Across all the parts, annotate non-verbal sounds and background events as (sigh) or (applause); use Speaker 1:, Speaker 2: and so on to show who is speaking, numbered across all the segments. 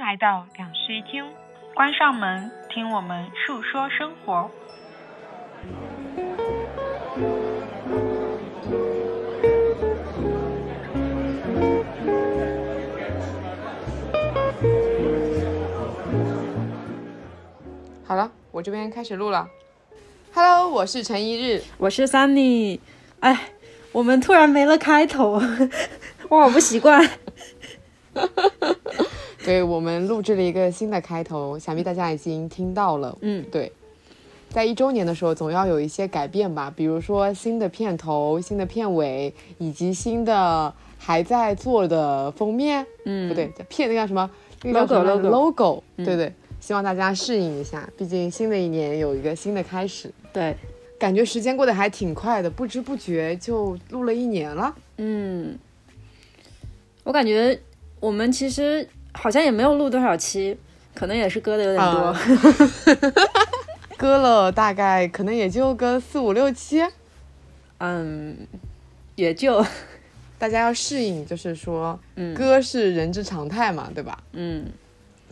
Speaker 1: 来到两室一厅，关上门，听我们述说生活。
Speaker 2: 好了，我这边开始录了。Hello，我是陈一日。
Speaker 3: 我是 Sunny。哎，我们突然没了开头， (laughs) 我好不习惯。
Speaker 2: 对我们录制了一个新的开头，想必大家已经听到了。
Speaker 3: 嗯，
Speaker 2: 对，在一周年的时候，总要有一些改变吧，比如说新的片头、新的片尾，以及新的还在做的封面。
Speaker 3: 嗯
Speaker 2: 不对，叫片那个叫什么？那个叫什么
Speaker 3: Logo，logo
Speaker 2: logo，对对，希望大家适应一下，毕竟新的一年有一个新的开始。
Speaker 3: 对，
Speaker 2: 感觉时间过得还挺快的，不知不觉就录了一年了。
Speaker 3: 嗯，我感觉我们其实好像也没有录多少期，可能也是割的有点多。
Speaker 2: 啊
Speaker 3: (laughs)
Speaker 2: 割了大概可能也就个四五六期，
Speaker 3: 嗯，也就
Speaker 2: 大家要适应，就是说，
Speaker 3: 嗯
Speaker 2: 割是人之常态嘛，对吧？
Speaker 3: 嗯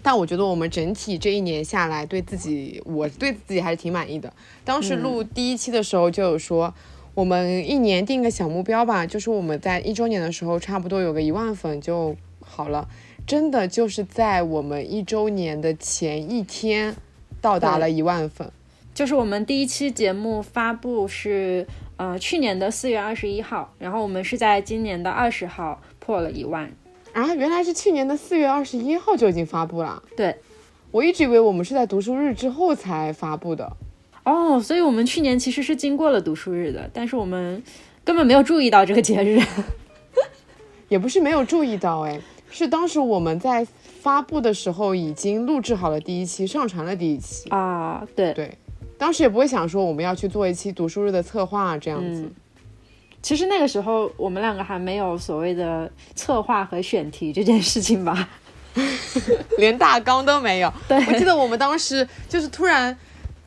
Speaker 2: 但我觉得我们整体这一年下来，对自己，我对自己还是挺满意的。当时录
Speaker 3: 嗯
Speaker 2: 第一期的时候就有说，我们一年定个小目标吧，就是我们在一周年的时候，差不多有个一万粉就好了。真的就是在我们一周年的前一天，到达
Speaker 3: 对
Speaker 2: 了一万粉。
Speaker 3: 就是我们第一期节目发布是呃去年的四月二十一号，然后我们是在今年的二十号破了一万。
Speaker 2: 啊，原来是去年的四月二十一号就已经发布了。
Speaker 3: 对，
Speaker 2: 我一直以为我们是在读书日之后才发布的。
Speaker 3: 哦，所以我们去年其实是经过了读书日的，但是我们根本没有注意到这个节日。 (laughs)
Speaker 2: 也不是没有注意到，哎，是当时我们在发布的时候已经录制好了第一期，上传了第一期。
Speaker 3: 啊，对，
Speaker 2: 对，当时也不会想说我们要去做一期读书日的策划这样子。
Speaker 3: 嗯其实那个时候我们两个还没有所谓的策划和选题这件事情吧？
Speaker 2: 连大纲都没有。
Speaker 3: 对
Speaker 2: 我记得我们当时就是突然，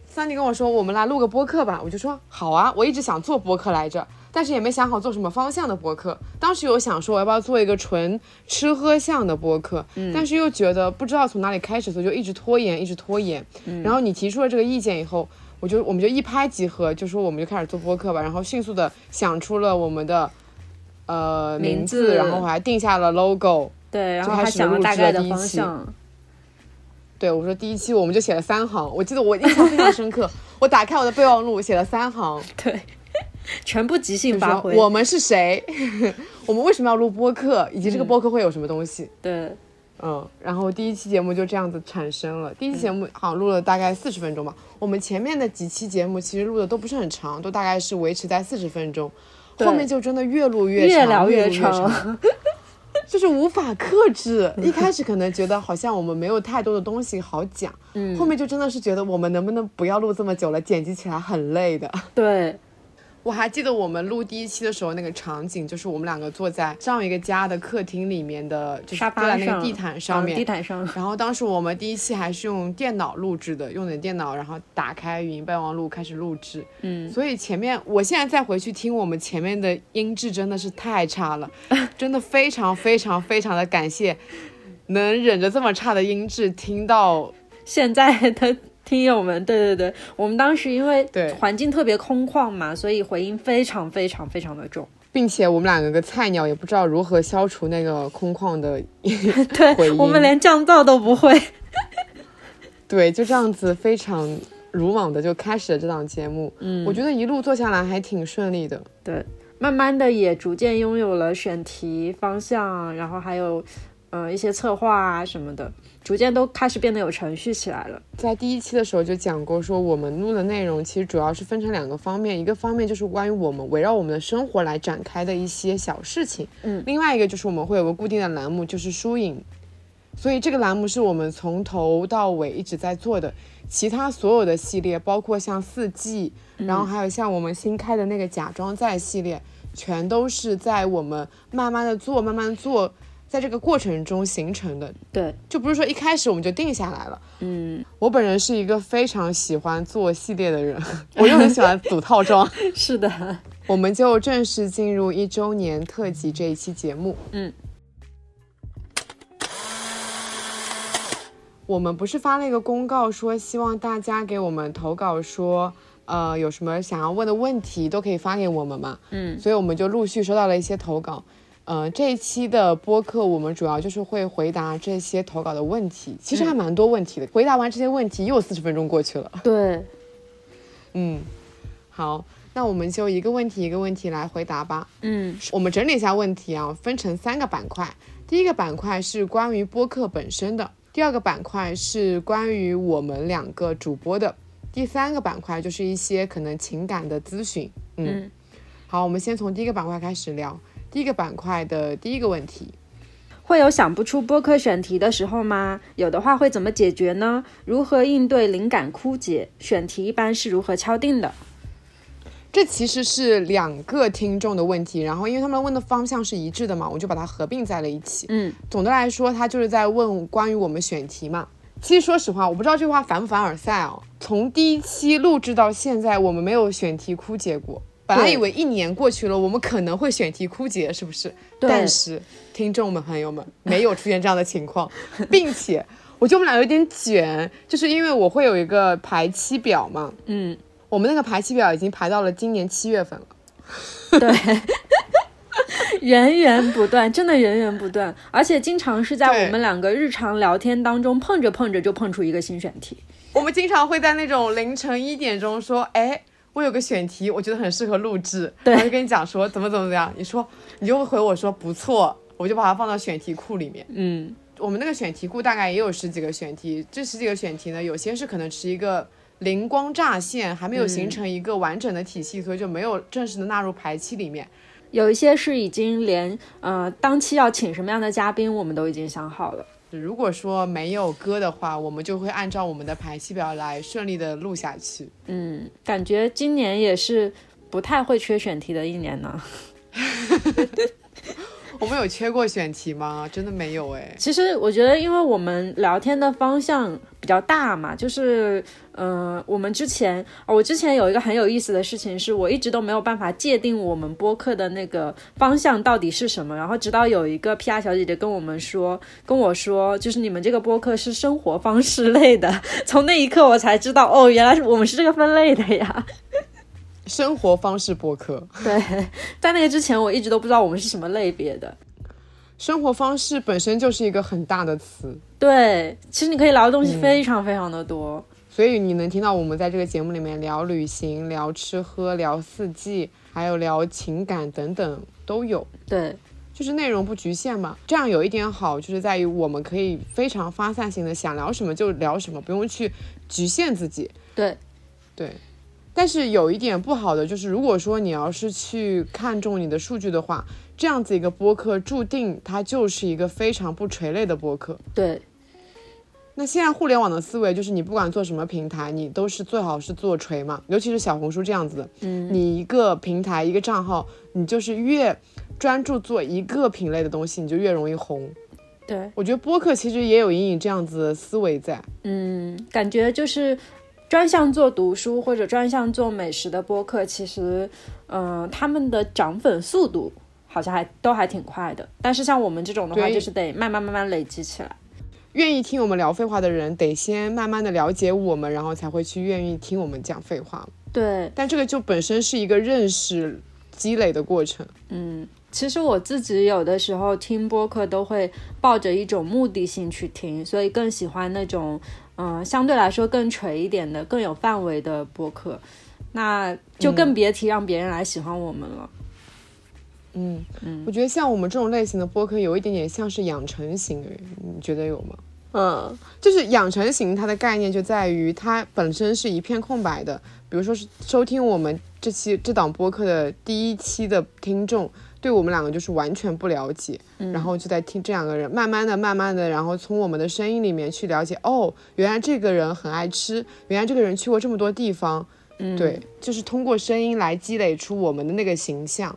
Speaker 2: 三弟跟我说我们来录个播客吧，我就说好啊，我一直想做播客来着，但是也没想好做什么方向的播客。当时有想说我要不要做一个纯吃喝向的播客，
Speaker 3: 嗯
Speaker 2: 但是又觉得不知道从哪里开始，所以就一直拖延，一直拖延。
Speaker 3: 嗯
Speaker 2: 然后你提出了这个意见以后。我就我们就一拍即合，就说我们就开始做播客吧，然后迅速的想出了我们的呃
Speaker 3: 名
Speaker 2: 名字，
Speaker 3: 字
Speaker 2: 然后我还定下了 logo，
Speaker 3: 对，然
Speaker 2: 就
Speaker 3: 后
Speaker 2: 开
Speaker 3: 还
Speaker 2: 始
Speaker 3: 想了
Speaker 2: 录
Speaker 3: 大
Speaker 2: 制
Speaker 3: 概
Speaker 2: 了
Speaker 3: 的
Speaker 2: 第一
Speaker 3: 方
Speaker 2: 期
Speaker 3: 向。
Speaker 2: 对，我说第一期我们就写了三行，我记得我印象非常深
Speaker 3: (laughs)
Speaker 2: 刻。我打开我的备忘录，我写了三行，
Speaker 3: 对， (laughs) 全部即兴
Speaker 2: 就
Speaker 3: 发
Speaker 2: 说
Speaker 3: 挥。
Speaker 2: 我们是谁， (laughs) 我们为什么要录播客，以及这个
Speaker 3: 嗯
Speaker 2: 播客会有什么东西。
Speaker 3: 对，
Speaker 2: 嗯然后第一期节目就这样子产生了。
Speaker 3: 嗯
Speaker 2: 第一期节目好像录了大概四十分钟吧。我们前面的几期节目其实录的都不是很长，都大概是维持在四十分钟，
Speaker 3: 对
Speaker 2: 后面就真的越录越
Speaker 3: 越
Speaker 2: 长，
Speaker 3: 聊
Speaker 2: 越
Speaker 3: 越
Speaker 2: 录越
Speaker 3: 长 (laughs)
Speaker 2: 就是无法克 (laughs) 制。一开始可能觉得好像我们没有太多的东西好讲，嗯，后面就真的是觉得我们能不能不要录这么久了，剪辑起来很累的。 (laughs)
Speaker 3: 对，
Speaker 2: 我还记得我们录第一期的时候，那个场景就是我们两个坐在上一个家的客厅里面的，就是
Speaker 3: 沙
Speaker 2: 坐
Speaker 3: 发
Speaker 2: 在
Speaker 3: 上，
Speaker 2: 那个地毯
Speaker 3: 啊
Speaker 2: 上面。
Speaker 3: 地毯 (laughs) 上。
Speaker 2: 然后当时我们第一期还是用电脑录制的，用的电脑，然后打开语音备忘录开始录制。
Speaker 3: 嗯，
Speaker 2: 所以前面我现在再回去听我们前面的音质真的是太差了，真的非常非常非常的感谢，能忍着这么差的音质听到。
Speaker 3: 现在的听友们，对对对，我们当时因为
Speaker 2: 对
Speaker 3: 环境特别空旷嘛，所以回音非常非常非常的重。
Speaker 2: 并且我们两个菜鸟也不知道如何消除那个空旷的
Speaker 3: (laughs) 对
Speaker 2: 回音
Speaker 3: 我们连降噪都不会。 (laughs)
Speaker 2: 对，就这样子非常鲁莽的就开始了这档节目。嗯，我觉得一路做下来还挺顺利的。
Speaker 3: 对，慢慢的也逐渐拥有了选题方向，然后还有，呃，一些策划啊什么的，逐渐都开始变得有程序起来了。
Speaker 2: 在第一期的时候就讲过，说我们录的内容其实主要是分成两个方面，一个方面就是关于我们围绕我们的生活来展开的一些小事情，
Speaker 3: 嗯
Speaker 2: 另外一个就是我们会有个固定的栏目，就是书影，所以这个栏目是我们从头到尾一直在做的。其他所有的系列，包括像四季，然后还有像我们新开的那个假装在系列，全都是在我们慢慢的做，慢慢地做，在这个过程中形成的。
Speaker 3: 对，
Speaker 2: 就不是说一开始我们就定下来了。
Speaker 3: 嗯，
Speaker 2: 我本人是一个非常喜欢做系列的人，我又很喜欢组套装。
Speaker 3: 是的，
Speaker 2: 我们就正式进入一周年特辑这一期节目。
Speaker 3: 嗯。
Speaker 2: 我们不是发了一个公告说，希望大家给我们投稿说，呃，有什么想要问的问题都可以发给我们嘛。
Speaker 3: 嗯，
Speaker 2: 所以我们就陆续收到了一些投稿。呃，这一期的播客我们主要就是会回答这些投稿的问题，其实还蛮多问题的。回答完这些问题，又四十分钟过去了。
Speaker 3: (laughs) 对，
Speaker 2: 嗯，好，那我们就一个问题一个问题来回答吧。
Speaker 3: 嗯
Speaker 2: 我们整理一下问题啊，分成三个板块。第一个板块是关于播客本身的，第二个板块是关于我们两个主播的，第三个板块就是一些可能情感的咨询。嗯，
Speaker 3: 嗯，
Speaker 2: 好，我们先从第一个板块开始聊。第一个板块的第一个问题，
Speaker 3: 会有想不出播客选题的时候吗？有的话会怎么解决呢？如何应对灵感枯竭？选题一般是如何敲定的？
Speaker 2: 这其实是两个听众的问题，然后因为他们问的方向是一致的嘛，我就把它合并在了一起。
Speaker 3: 嗯，
Speaker 2: 总的来说，他就是在问关于我们选题嘛。其实说实话，我不知道这句话凡不凡尔赛哦。从第一期录制到现在，我们没有选题枯竭过。本来
Speaker 3: 对
Speaker 2: 以为一年过去了，我们可能会选题枯竭，是不是？
Speaker 3: 对
Speaker 2: 但是听众们、朋友们，没有出现这样的情
Speaker 3: (laughs)
Speaker 2: 况，并且我觉得我们俩有点卷，就是因为我会有一个排期表嘛。
Speaker 3: 嗯，
Speaker 2: 我们那个排期表已经排到了今年七月份了。
Speaker 3: (laughs) 对，源源不断，真的源源不断，而且经常是在
Speaker 2: 对
Speaker 3: 我们两个日常聊天当中碰着碰着就碰出一个新选题。
Speaker 2: 我们经常会在那种凌晨一点钟说，哎，我有个选题，我觉得很适合录制，
Speaker 3: 对
Speaker 2: 然后就跟你讲说怎么怎么怎么样，你说你就会回我说不错，我就把它放到选题库里面。
Speaker 3: 嗯，
Speaker 2: 我们那个选题库大概也有十几个选题，这十几个选题呢，有些是可能是一个灵光乍现，还没有形成一个完整的体系，所以就没有正式的纳入排期里面。
Speaker 3: 有一些是已经连呃当期要请什么样的嘉宾，我们都已经想好了。
Speaker 2: 如果说没有歌的话，我们就会按照我们的排期表来顺利的录下去。
Speaker 3: 嗯，感觉今年也是不太会缺选题的一年呢。
Speaker 2: 我们有缺过选题吗？真的没有哎。
Speaker 3: 其实我觉得，因为我们聊天的方向比较大嘛，就是，嗯、我们之前，哦我之前有一个很有意思的事情，是我一直都没有办法界定我们播客的那个方向到底是什么。然后直到有一个 PR 小姐姐跟我们说，跟我说，就是你们这个播客是生活方式类的。 (laughs) 从那一刻我才知道，哦，原来是我们是这个分类的呀。 (laughs)
Speaker 2: 生活方式播客，
Speaker 3: 对，在那个之前我一直都不知道我们是什么类别的。
Speaker 2: 生活方式本身就是一个很大的词，
Speaker 3: 对，其实你可以聊的东西非常非常的多。
Speaker 2: 所以你能听到我们在这个节目里面聊旅行、聊吃喝、聊四季，还有聊情感等等都有，
Speaker 3: 对，
Speaker 2: 就是内容不局限嘛。这样有一点好，就是在于我们可以非常发散性的想聊什么就聊什么，不用去局限自己。
Speaker 3: 对，
Speaker 2: 对。但是有一点不好的就是，如果说你要是去看重你的数据的话，这样子一个播客注定它就是一个非常不垂类的播客。
Speaker 3: 对，
Speaker 2: 那现在互联网的思维就是，你不管做什么平台，你都是最好是做垂嘛，尤其是小红书这样子的，
Speaker 3: 嗯，
Speaker 2: 你一个平台一个账号，你就是越专注做一个品类的东西，你就越容易红。
Speaker 3: 对，
Speaker 2: 我觉得播客其实也有隐隐这样子的思维在，
Speaker 3: 嗯，感觉就是专项做读书或者专项做美食的播客，其实，嗯、他们的涨粉速度好像还都还挺快的。但是像我们这种的话，
Speaker 2: 对
Speaker 3: 就是得慢慢慢慢累积起来。
Speaker 2: 愿意听我们聊废话的人，得先慢慢的了解我们，然后才会去愿意听我们讲废话。
Speaker 3: 对，
Speaker 2: 但这个就本身是一个认识积累的过程。
Speaker 3: 嗯，其实我自己有的时候听播客都会抱着一种目的性去听，所以更喜欢那种嗯、呃相对来说更垂一点的、更有范围的播客。那就更别提让别人来喜欢我们了。
Speaker 2: 嗯，我觉得像我们这种类型的播客，有一点点像是养成型，你觉得有吗？
Speaker 3: 嗯，
Speaker 2: 就是养成型，它的概念就在于它本身是一片空白的。比如说是收听我们这期这档播客的第一期的听众，对我们两个就是完全不了解，然后就在听这两个人，慢慢的、慢慢的，然后从我们的声音里面去了解，哦，原来这个人很爱吃，原来这个人去过这么多地方，对，就是通过声音来积累出我们的那个形象。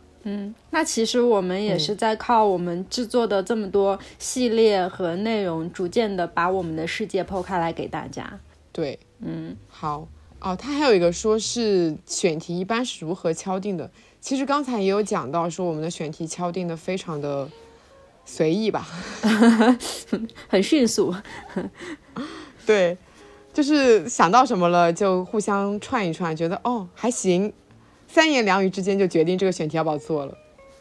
Speaker 3: 那其实我们也是在靠我们制作的这么多系列和内容，逐渐的把我们的世界剖开来给大家。
Speaker 2: 对，嗯，好哦。他还有一个说是选题一般是如何敲定的。其实刚才也有讲到说我们的选题敲定的非常 (laughs) 的随意吧，
Speaker 3: 很迅速，
Speaker 2: 对，就是想到什么了就互相串一串，觉得哦还行，三言两语之间就决定这个选题要不要做了。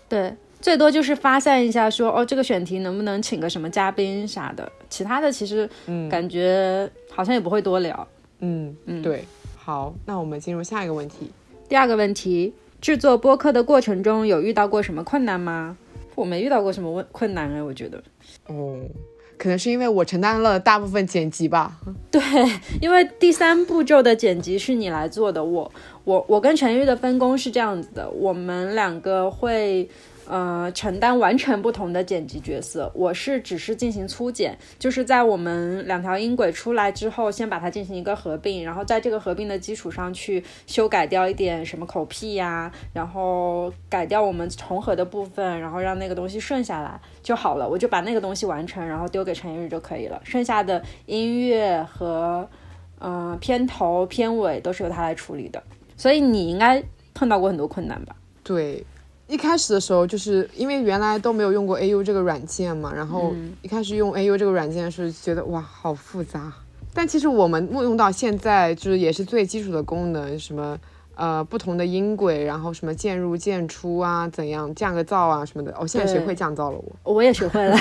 Speaker 3: 对，最多就是发散一下说，哦，这个选题能不能请个什么嘉宾啥的，其他的其实感觉好像也不会多聊。
Speaker 2: 嗯嗯，对。好，那我们进入下一个问题。
Speaker 3: 第二个问题，制作播客的过程中有遇到过什么困难吗？我没遇到过什么问困难哎，我觉得，
Speaker 2: 哦，可能是因为我承担了大部分剪辑吧。
Speaker 3: 对，因为第三步骤的剪辑是你来做的，我我我跟陈玉的分工是这样子的，我们两个会。呃，承担完全不同的剪辑角色，我是只是进行粗剪，就是在我们两条音轨出来之后，先把它进行一个合并，然后在这个合并的基础上去修改掉一点什么口癖呀、然后改掉我们重合的部分，然后让那个东西顺下来就好了。我就把那个东西完成，然后丢给陈玉就可以了。剩下的音乐和嗯、呃片头、片尾都是由他来处理的，所以你应该碰到过很多困难吧？
Speaker 2: 对，一开始的时候就是因为原来都没有用过 AU 这个软件嘛，然后一开始用 AU 这个软件的时候就觉得哇好复杂，但其实我们用到现在就是也是最基础的功能，什么呃不同的音轨，然后什么渐入渐出啊，怎样降个噪啊什么的，哦现在学
Speaker 3: 对
Speaker 2: 会降噪了我。
Speaker 3: 我也学会了。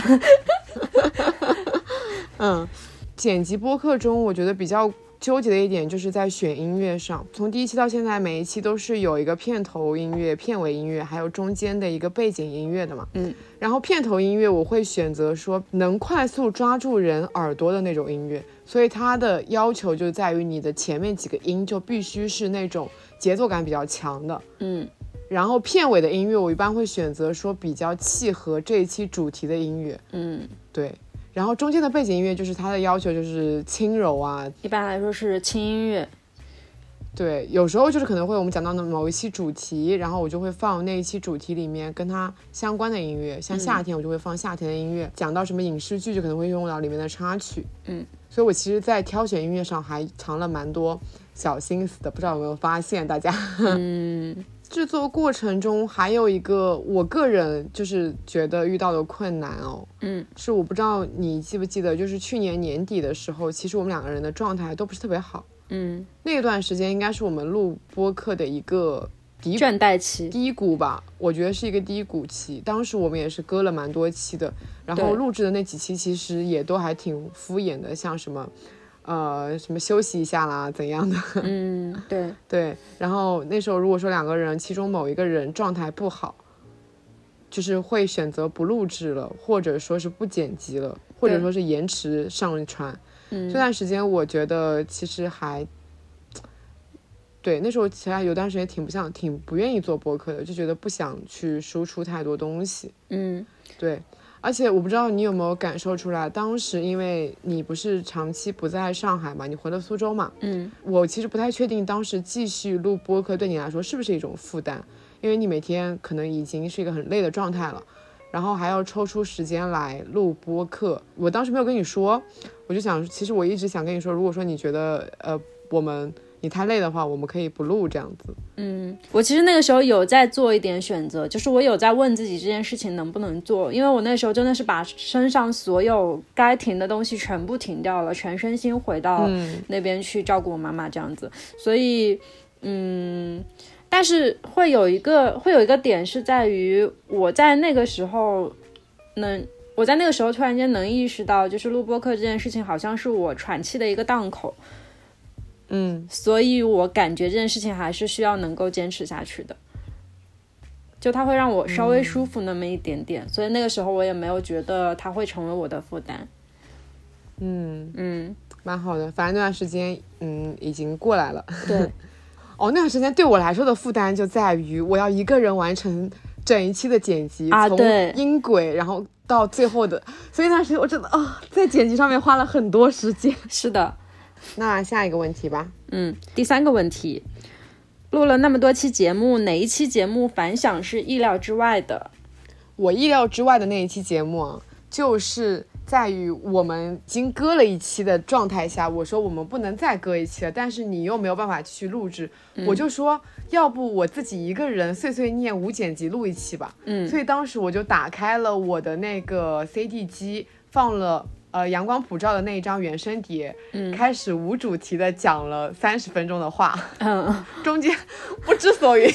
Speaker 2: 嗯，剪辑播客中，我觉得比较纠结的一点就是在选音乐上。从第一期到现在，每一期都是有一个片头音乐、片尾音乐，还有中间的一个背景音乐的嘛。
Speaker 3: 嗯。
Speaker 2: 然后片头音乐我会选择说能快速抓住人耳朵的那种音乐，所以它的要求就在于你的前面几个音就必须是那种节奏感比较强的。
Speaker 3: (laughs) 嗯，
Speaker 2: 然后片尾的音乐，我一般会选择说比较契合这一期主题的音乐。
Speaker 3: 嗯，
Speaker 2: 对，然后中间的背景音乐就是它的要求就是轻柔啊，
Speaker 3: 一般来说是轻音乐。
Speaker 2: 对，有时候就是可能会我们讲到的某一期主题，然后我就会放那一期主题里面跟它相关的音乐，像夏天我就会放夏天的音乐，讲到什么影视剧就可能会用到里面的插曲，
Speaker 3: 嗯，
Speaker 2: 所以我其实，在挑选音乐上还藏了蛮多小心思的，不知道有没有发现大家？ (laughs)
Speaker 3: 嗯
Speaker 2: 制作过程中还有一个我个人就是觉得遇到的困难哦，
Speaker 3: 嗯，
Speaker 2: 是我不知道你记不记得，就是去年年底的时候，其实我们两个人的状态都不是特别好，
Speaker 3: 嗯，
Speaker 2: 那段时间应该是我们录播客的一个低
Speaker 3: 倦怠期。
Speaker 2: 低谷吧，我觉得是一个低谷期。当时我们也是割了蛮多期的，然后
Speaker 3: 对
Speaker 2: 录制的那几期其实也都还挺敷衍的，像什么，呃，什么休息一下啦，怎样的，
Speaker 3: 嗯，对，
Speaker 2: 对，然后那时候如果说两个人其中某一个人状态不好，就是会选择不录制了，或者说是不剪辑了，或者
Speaker 3: 对
Speaker 2: 说是延迟上传。这
Speaker 3: 嗯
Speaker 2: 段时间我觉得其实还，对，那时候其实有段时间挺不想、挺不愿意做播客的，就觉得不想去输出太多东西。
Speaker 3: 嗯，
Speaker 2: 对，而且我不知道你有没有感受出来，当时因为你不是长期不在上海嘛，你回了苏州嘛，
Speaker 3: 嗯，
Speaker 2: 我其实不太确定当时继续录播客对你来说是不是一种负担，因为你每天可能已经是一个很累的状态了，然后还要抽出时间来录播客。我当时没有跟你说，我就想，其实我一直想跟你说，如果说你觉得呃我们你太累的话，我们可以不录这样子。
Speaker 3: 我其实那个时候有在做一点选择，就是我有在问自己这件事情能不能做，因为我那时候真的是把身上所有该停的东西全部停掉了，全身心回到
Speaker 2: 嗯
Speaker 3: 那边去照顾我妈妈这样子，所以，嗯，但是会有一个会有一个点是在于我在那个时候能。我在那个时候突然间能意识到，就是录播课这件事情好像是我喘气的一个档口，
Speaker 2: 嗯，
Speaker 3: 所以我感觉这件事情还是需要能够坚持下去的。就它会让我稍微舒服那么一点点，所以那个时候我也没有觉得它会成为我的负担。嗯嗯，
Speaker 2: 蛮好的，反正那段时间嗯已经过来了。
Speaker 3: 对，
Speaker 2: 哦，那段时间对我来说的负担就在于我要一个人完成整一期的剪辑，
Speaker 3: 啊对
Speaker 2: 从音轨，然后到最后的，所以那段时间我真的啊、在剪辑上面花了很多时间。
Speaker 3: (laughs) 是的。
Speaker 2: 那下一个问题吧，
Speaker 3: 嗯，第三个问题，录了那么多期节目，哪一期节目反响是意料之外 (laughs) 的？
Speaker 2: 我意料之外的那一期节目啊，就是在于我们已经割了一期的状态下，我说我们不能再割一期了，但是你又没有办法去录制，我就说要不我自己一个人碎碎念无剪辑录一期吧。
Speaker 3: 嗯
Speaker 2: 所以当时我就打开了我的那个 CD 机，放了呃阳光普照的那一张原声碟，开始无主题的讲了三十分钟的话，
Speaker 3: 嗯，
Speaker 2: 中间不知所云，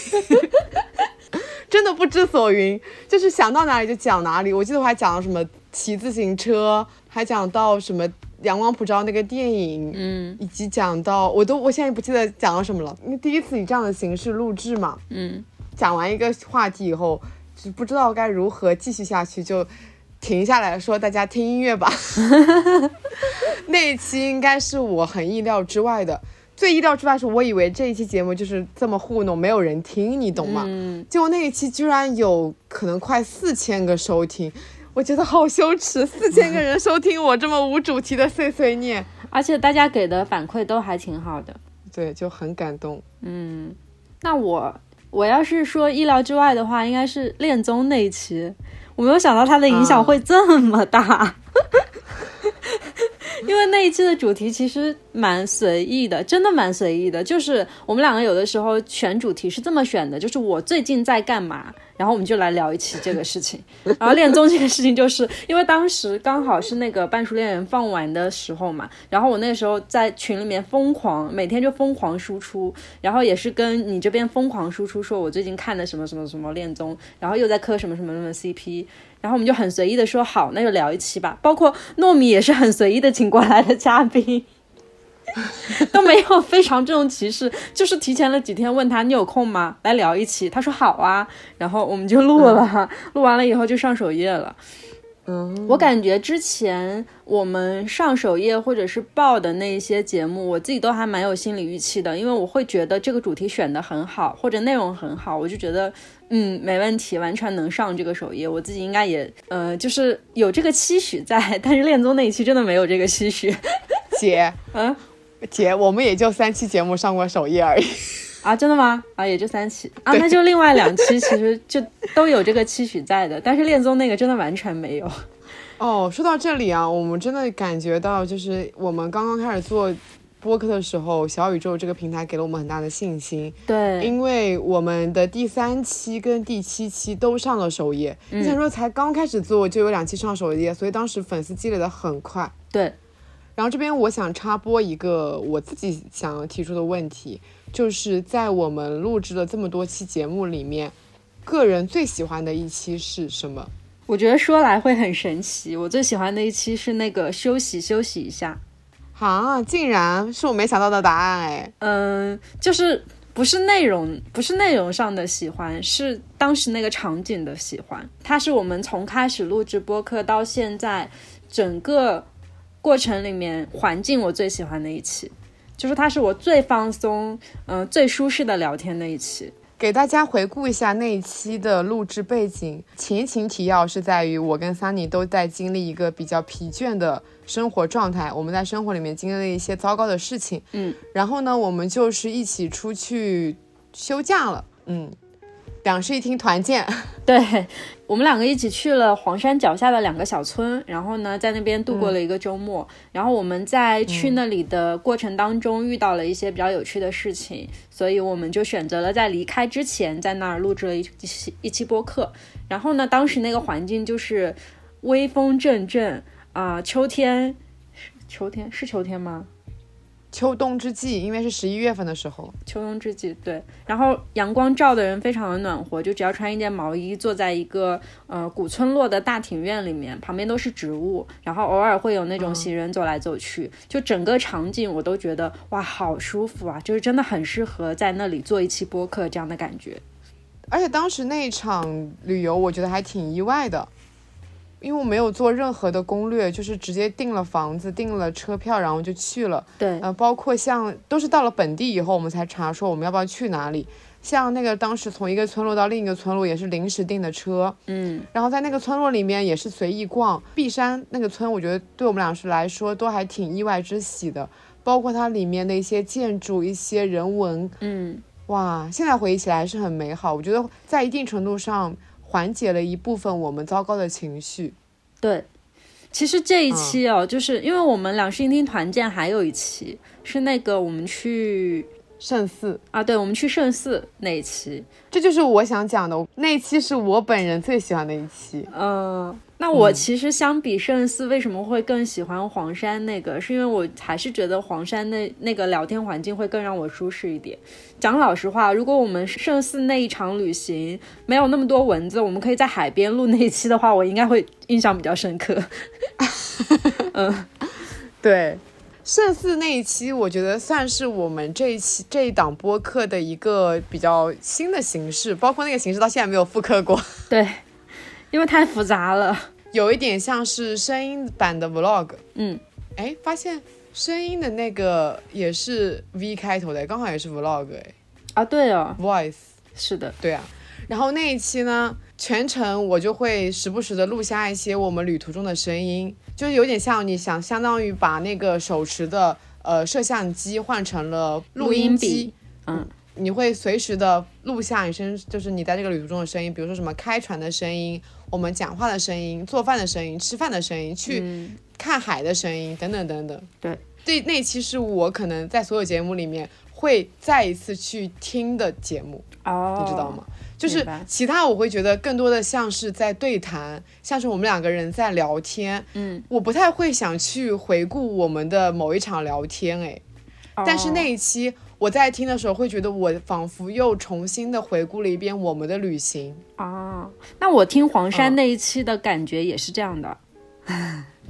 Speaker 2: (laughs) 真的不知所云，就是想到哪里就讲哪里。我记得我还讲了什么骑自行车，还讲到什么。阳光普照那个电影，嗯，以及讲到我都我现在不记得讲了什么了，因为第一次以这样的形式录制嘛，讲完一个话题以后，就不知道该如何继续下去，就停下来说大家听音乐吧。那一期应该是我很意料之外的，最意料之外是我以为这一期节目就是这么糊弄，没有人听，你懂吗？结果那一期居然有可能快四千个收听。我觉得好羞耻，四千个人收听我这么无主题的碎碎念，
Speaker 3: 而且大家给的反馈都还挺好的。
Speaker 2: 对，就很感动。
Speaker 3: 那我我要是说意料之外的话，应该是恋综那一期，我没有想到它的影响会这么大， (laughs) 因为那一期的主题其实蛮随意的，真的蛮随意的，就是我们两个有的时候选主题是这么选的，就是我最近在干嘛，然后我们就来聊一期这个事情，然后恋综这个事情，就是因为当时刚好是那个《半熟恋人》放完的时候嘛，然后我那时候在群里面疯狂，每天就疯狂输出，然后也是跟你这边疯狂输出，说我最近看的什么什么什么恋综，然后又在磕什么什么什么 CP，然后我们就很随意的说好，那就聊一期吧。包括糯米也是很随意的请过来的嘉宾， (laughs) 都没有非常这种歧视，就是提前了几天问他你有空吗？来聊一期，他说好啊，然后我们就录了，录完了以后就上首页了。
Speaker 2: 嗯，
Speaker 3: 我感觉之前我们上首页或者是报的那一些节目，我自己都还蛮有心理预期的，因为我会觉得这个主题选的很好，或者内容很好，我就觉得嗯没问题，完全能上这个首页，我自己应该也呃就是有这个期许在， (laughs) 但是恋综那一期真的没有这个期许 (laughs)
Speaker 2: 姐，
Speaker 3: 嗯，
Speaker 2: 姐，我们也就三期节目上过首页而已。 (laughs)
Speaker 3: 啊，真的吗？啊，也就三期啊，
Speaker 2: 对
Speaker 3: 那就另外两期其实就都有这个期许在的，但是恋综那个真的完
Speaker 2: (laughs)
Speaker 3: 全没有，
Speaker 2: 哦，说到这里啊，我们真的感觉到，就是我们刚刚开始做播客的时候，小宇宙这个平台给了我们很大的信心，
Speaker 3: 对，
Speaker 2: 因为我们的第三期跟第七期都上了首页。你想说才刚开始做就有两期上首页，所以当时粉丝积累的很快。
Speaker 3: 对，
Speaker 2: 然后这边我想插播一个我自己想要提出的问题，就是在我们录制了这么多期节目里面，个人最喜欢的一期是什么？
Speaker 3: 我觉得说来会很神奇。我最喜欢的一期是那个休息休息一下，
Speaker 2: 啊，竟然是我没想到的答案哎！
Speaker 3: 嗯，就是不是内容，不是内容上的喜欢，是当时那个场景的喜欢。它是我们从开始录制播客到现在整个过程里面环境我最喜欢的一期，就是它是我最放松，嗯、最舒适的聊天的一期。
Speaker 2: 给大家回顾一下那一期的录制背景，前情提要是在于我跟 Sunny 都在经历一个比较疲倦的生活状态，我们在生活里面经历了一些糟糕的事情，
Speaker 3: 嗯，
Speaker 2: 然后呢，我们就是一起出去休假了，嗯，两室一厅团建，
Speaker 3: (laughs) 对我们两个一起去了黄山脚下的两个小村，然后呢，在那边度过了一个周末。然后我们在去那里的过程当中遇到了一些比较有趣的事情，所以我们就选择了在离开之前在那儿录制了一一期一期播客。然后呢，当时那个环境就是微风阵阵啊、秋天，是秋天是秋天吗？
Speaker 2: 秋冬之际，因为是十一月份的时候，
Speaker 3: 秋冬之际，对。然后阳光照的人非常的暖和，就只要穿一件毛衣，坐在一个呃古村落的大庭院里面，旁边都是植物，然后偶尔会有那种行人走来走去，就整个场景我都觉得哇，好舒服啊！就是真的很适合在那里做一期播客这样的感觉。
Speaker 2: 而且当时那一场旅游，我觉得还挺意外的，因为我没有做任何的攻略，就是直接订了房子、订了车票，然后就去了。
Speaker 3: 对，
Speaker 2: 呃，包括像都是到了本地以后，我们才查说我们要不要去哪里。像那个当时从一个村落到另一个村落也是临时订的车，
Speaker 3: 嗯，
Speaker 2: 然后在那个村落里面也是随意逛。璧山那个村，我觉得对我们俩是来说都还挺意外之喜的，包括它里面的一些建筑、一些人文，
Speaker 3: 嗯，
Speaker 2: 哇，现在回忆起来是很美好。我觉得在一定程度上缓解了一部分我们糟糕的情绪。
Speaker 3: 对。其实这一期哦，就是因为我们两室一厅团建还有一期是那个我们去
Speaker 2: 胜寺，
Speaker 3: 啊，对，我们去圣寺那一期，
Speaker 2: 这就是我想讲的。那一期是我本人最喜欢的一期，
Speaker 3: 嗯，那我其实相比圣寺，为什么会更喜欢黄山那个？是因为我还是觉得黄山那那个聊天环境会更让我舒适一点。讲老实话，如果我们圣寺那一场旅行没有那么多蚊子，我们可以在海边录那一期的话，我应该会印象比较深刻。 (laughs)
Speaker 2: 对。胜寺那一期，我觉得算是我们这一期这一档播客的一个比较新的形式，包括那个形式到现在没有复刻过， (laughs)
Speaker 3: 对，因为太复杂了。
Speaker 2: 有一点像是声音版的 vlog。
Speaker 3: 嗯，
Speaker 2: 哎，发现声音的那个也是 V 开头的，刚好也是 vlog 哎
Speaker 3: 啊，对哦，
Speaker 2: ，voice
Speaker 3: 是的，
Speaker 2: 对啊。然后那一期呢，全程我就会时不时的录下一些我们旅途中的声音，就是有点像你想相当于把那个手持的呃摄像机换成了录音
Speaker 3: 录
Speaker 2: 机
Speaker 3: 音，嗯，
Speaker 2: 你会随时的录下你身，就是你在这个旅途中的声音，比如说什么开船的声音，我们讲话的声音，做饭的声音，吃饭的声音，去看海的声音，等等等等。
Speaker 3: 对，
Speaker 2: 对，那期是我可能在所有节目里面会再一次去听的节目，
Speaker 3: 哦，
Speaker 2: 你知道吗？？就是
Speaker 3: 明白
Speaker 2: 其他我会觉得更多的像是在对谈，像是我们两个人在聊天。
Speaker 3: 嗯，
Speaker 2: 我不太会想去回顾我们的某一场聊天，哎，
Speaker 3: 哦
Speaker 2: 但是那一期我在听的时候，会觉得我仿佛又重新的回顾了一遍我们的旅行。
Speaker 3: 哦，那我听黄山
Speaker 2: 嗯
Speaker 3: 那一期的感觉也是这样的。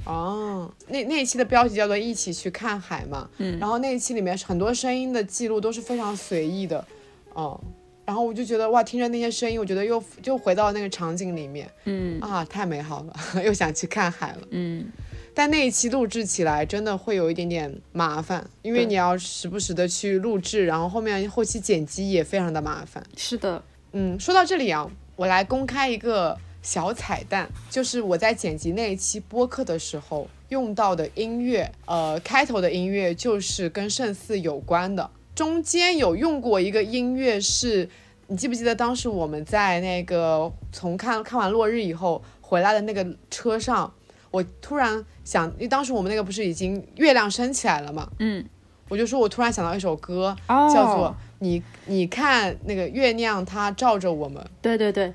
Speaker 2: 哦，那那一期的标题叫做“一起去看海”嘛，嗯，然后那一期里面很多声音的记录都是非常随意的，哦、然后我就觉得哇，听着那些声音，我觉得又又回到那个场景里面，
Speaker 3: 嗯
Speaker 2: 啊，太美好了， (laughs) 又想去看海了。
Speaker 3: 嗯，
Speaker 2: 但那一期录制起来真的会有一点点麻烦，因为
Speaker 3: 对
Speaker 2: 你要时不时的去录制，然后后面后期剪辑也非常的麻烦。
Speaker 3: 是的，
Speaker 2: 嗯，说到这里啊，我来公开一个小彩蛋，就是我在剪辑那一期播客的时候用到的音乐，呃，开头的音乐就是跟圣寺有关的，中间有用过一个音乐是。你记不记得当时我们在那个从看看完落日以后回来的那个车上，我突然想，因为当时我们那个不是已经月亮升起来了嘛，
Speaker 3: 嗯，
Speaker 2: 我就说我突然想到一首歌，
Speaker 3: 哦，
Speaker 2: 叫做你你看那个月亮，它照着我们。
Speaker 3: 对对对，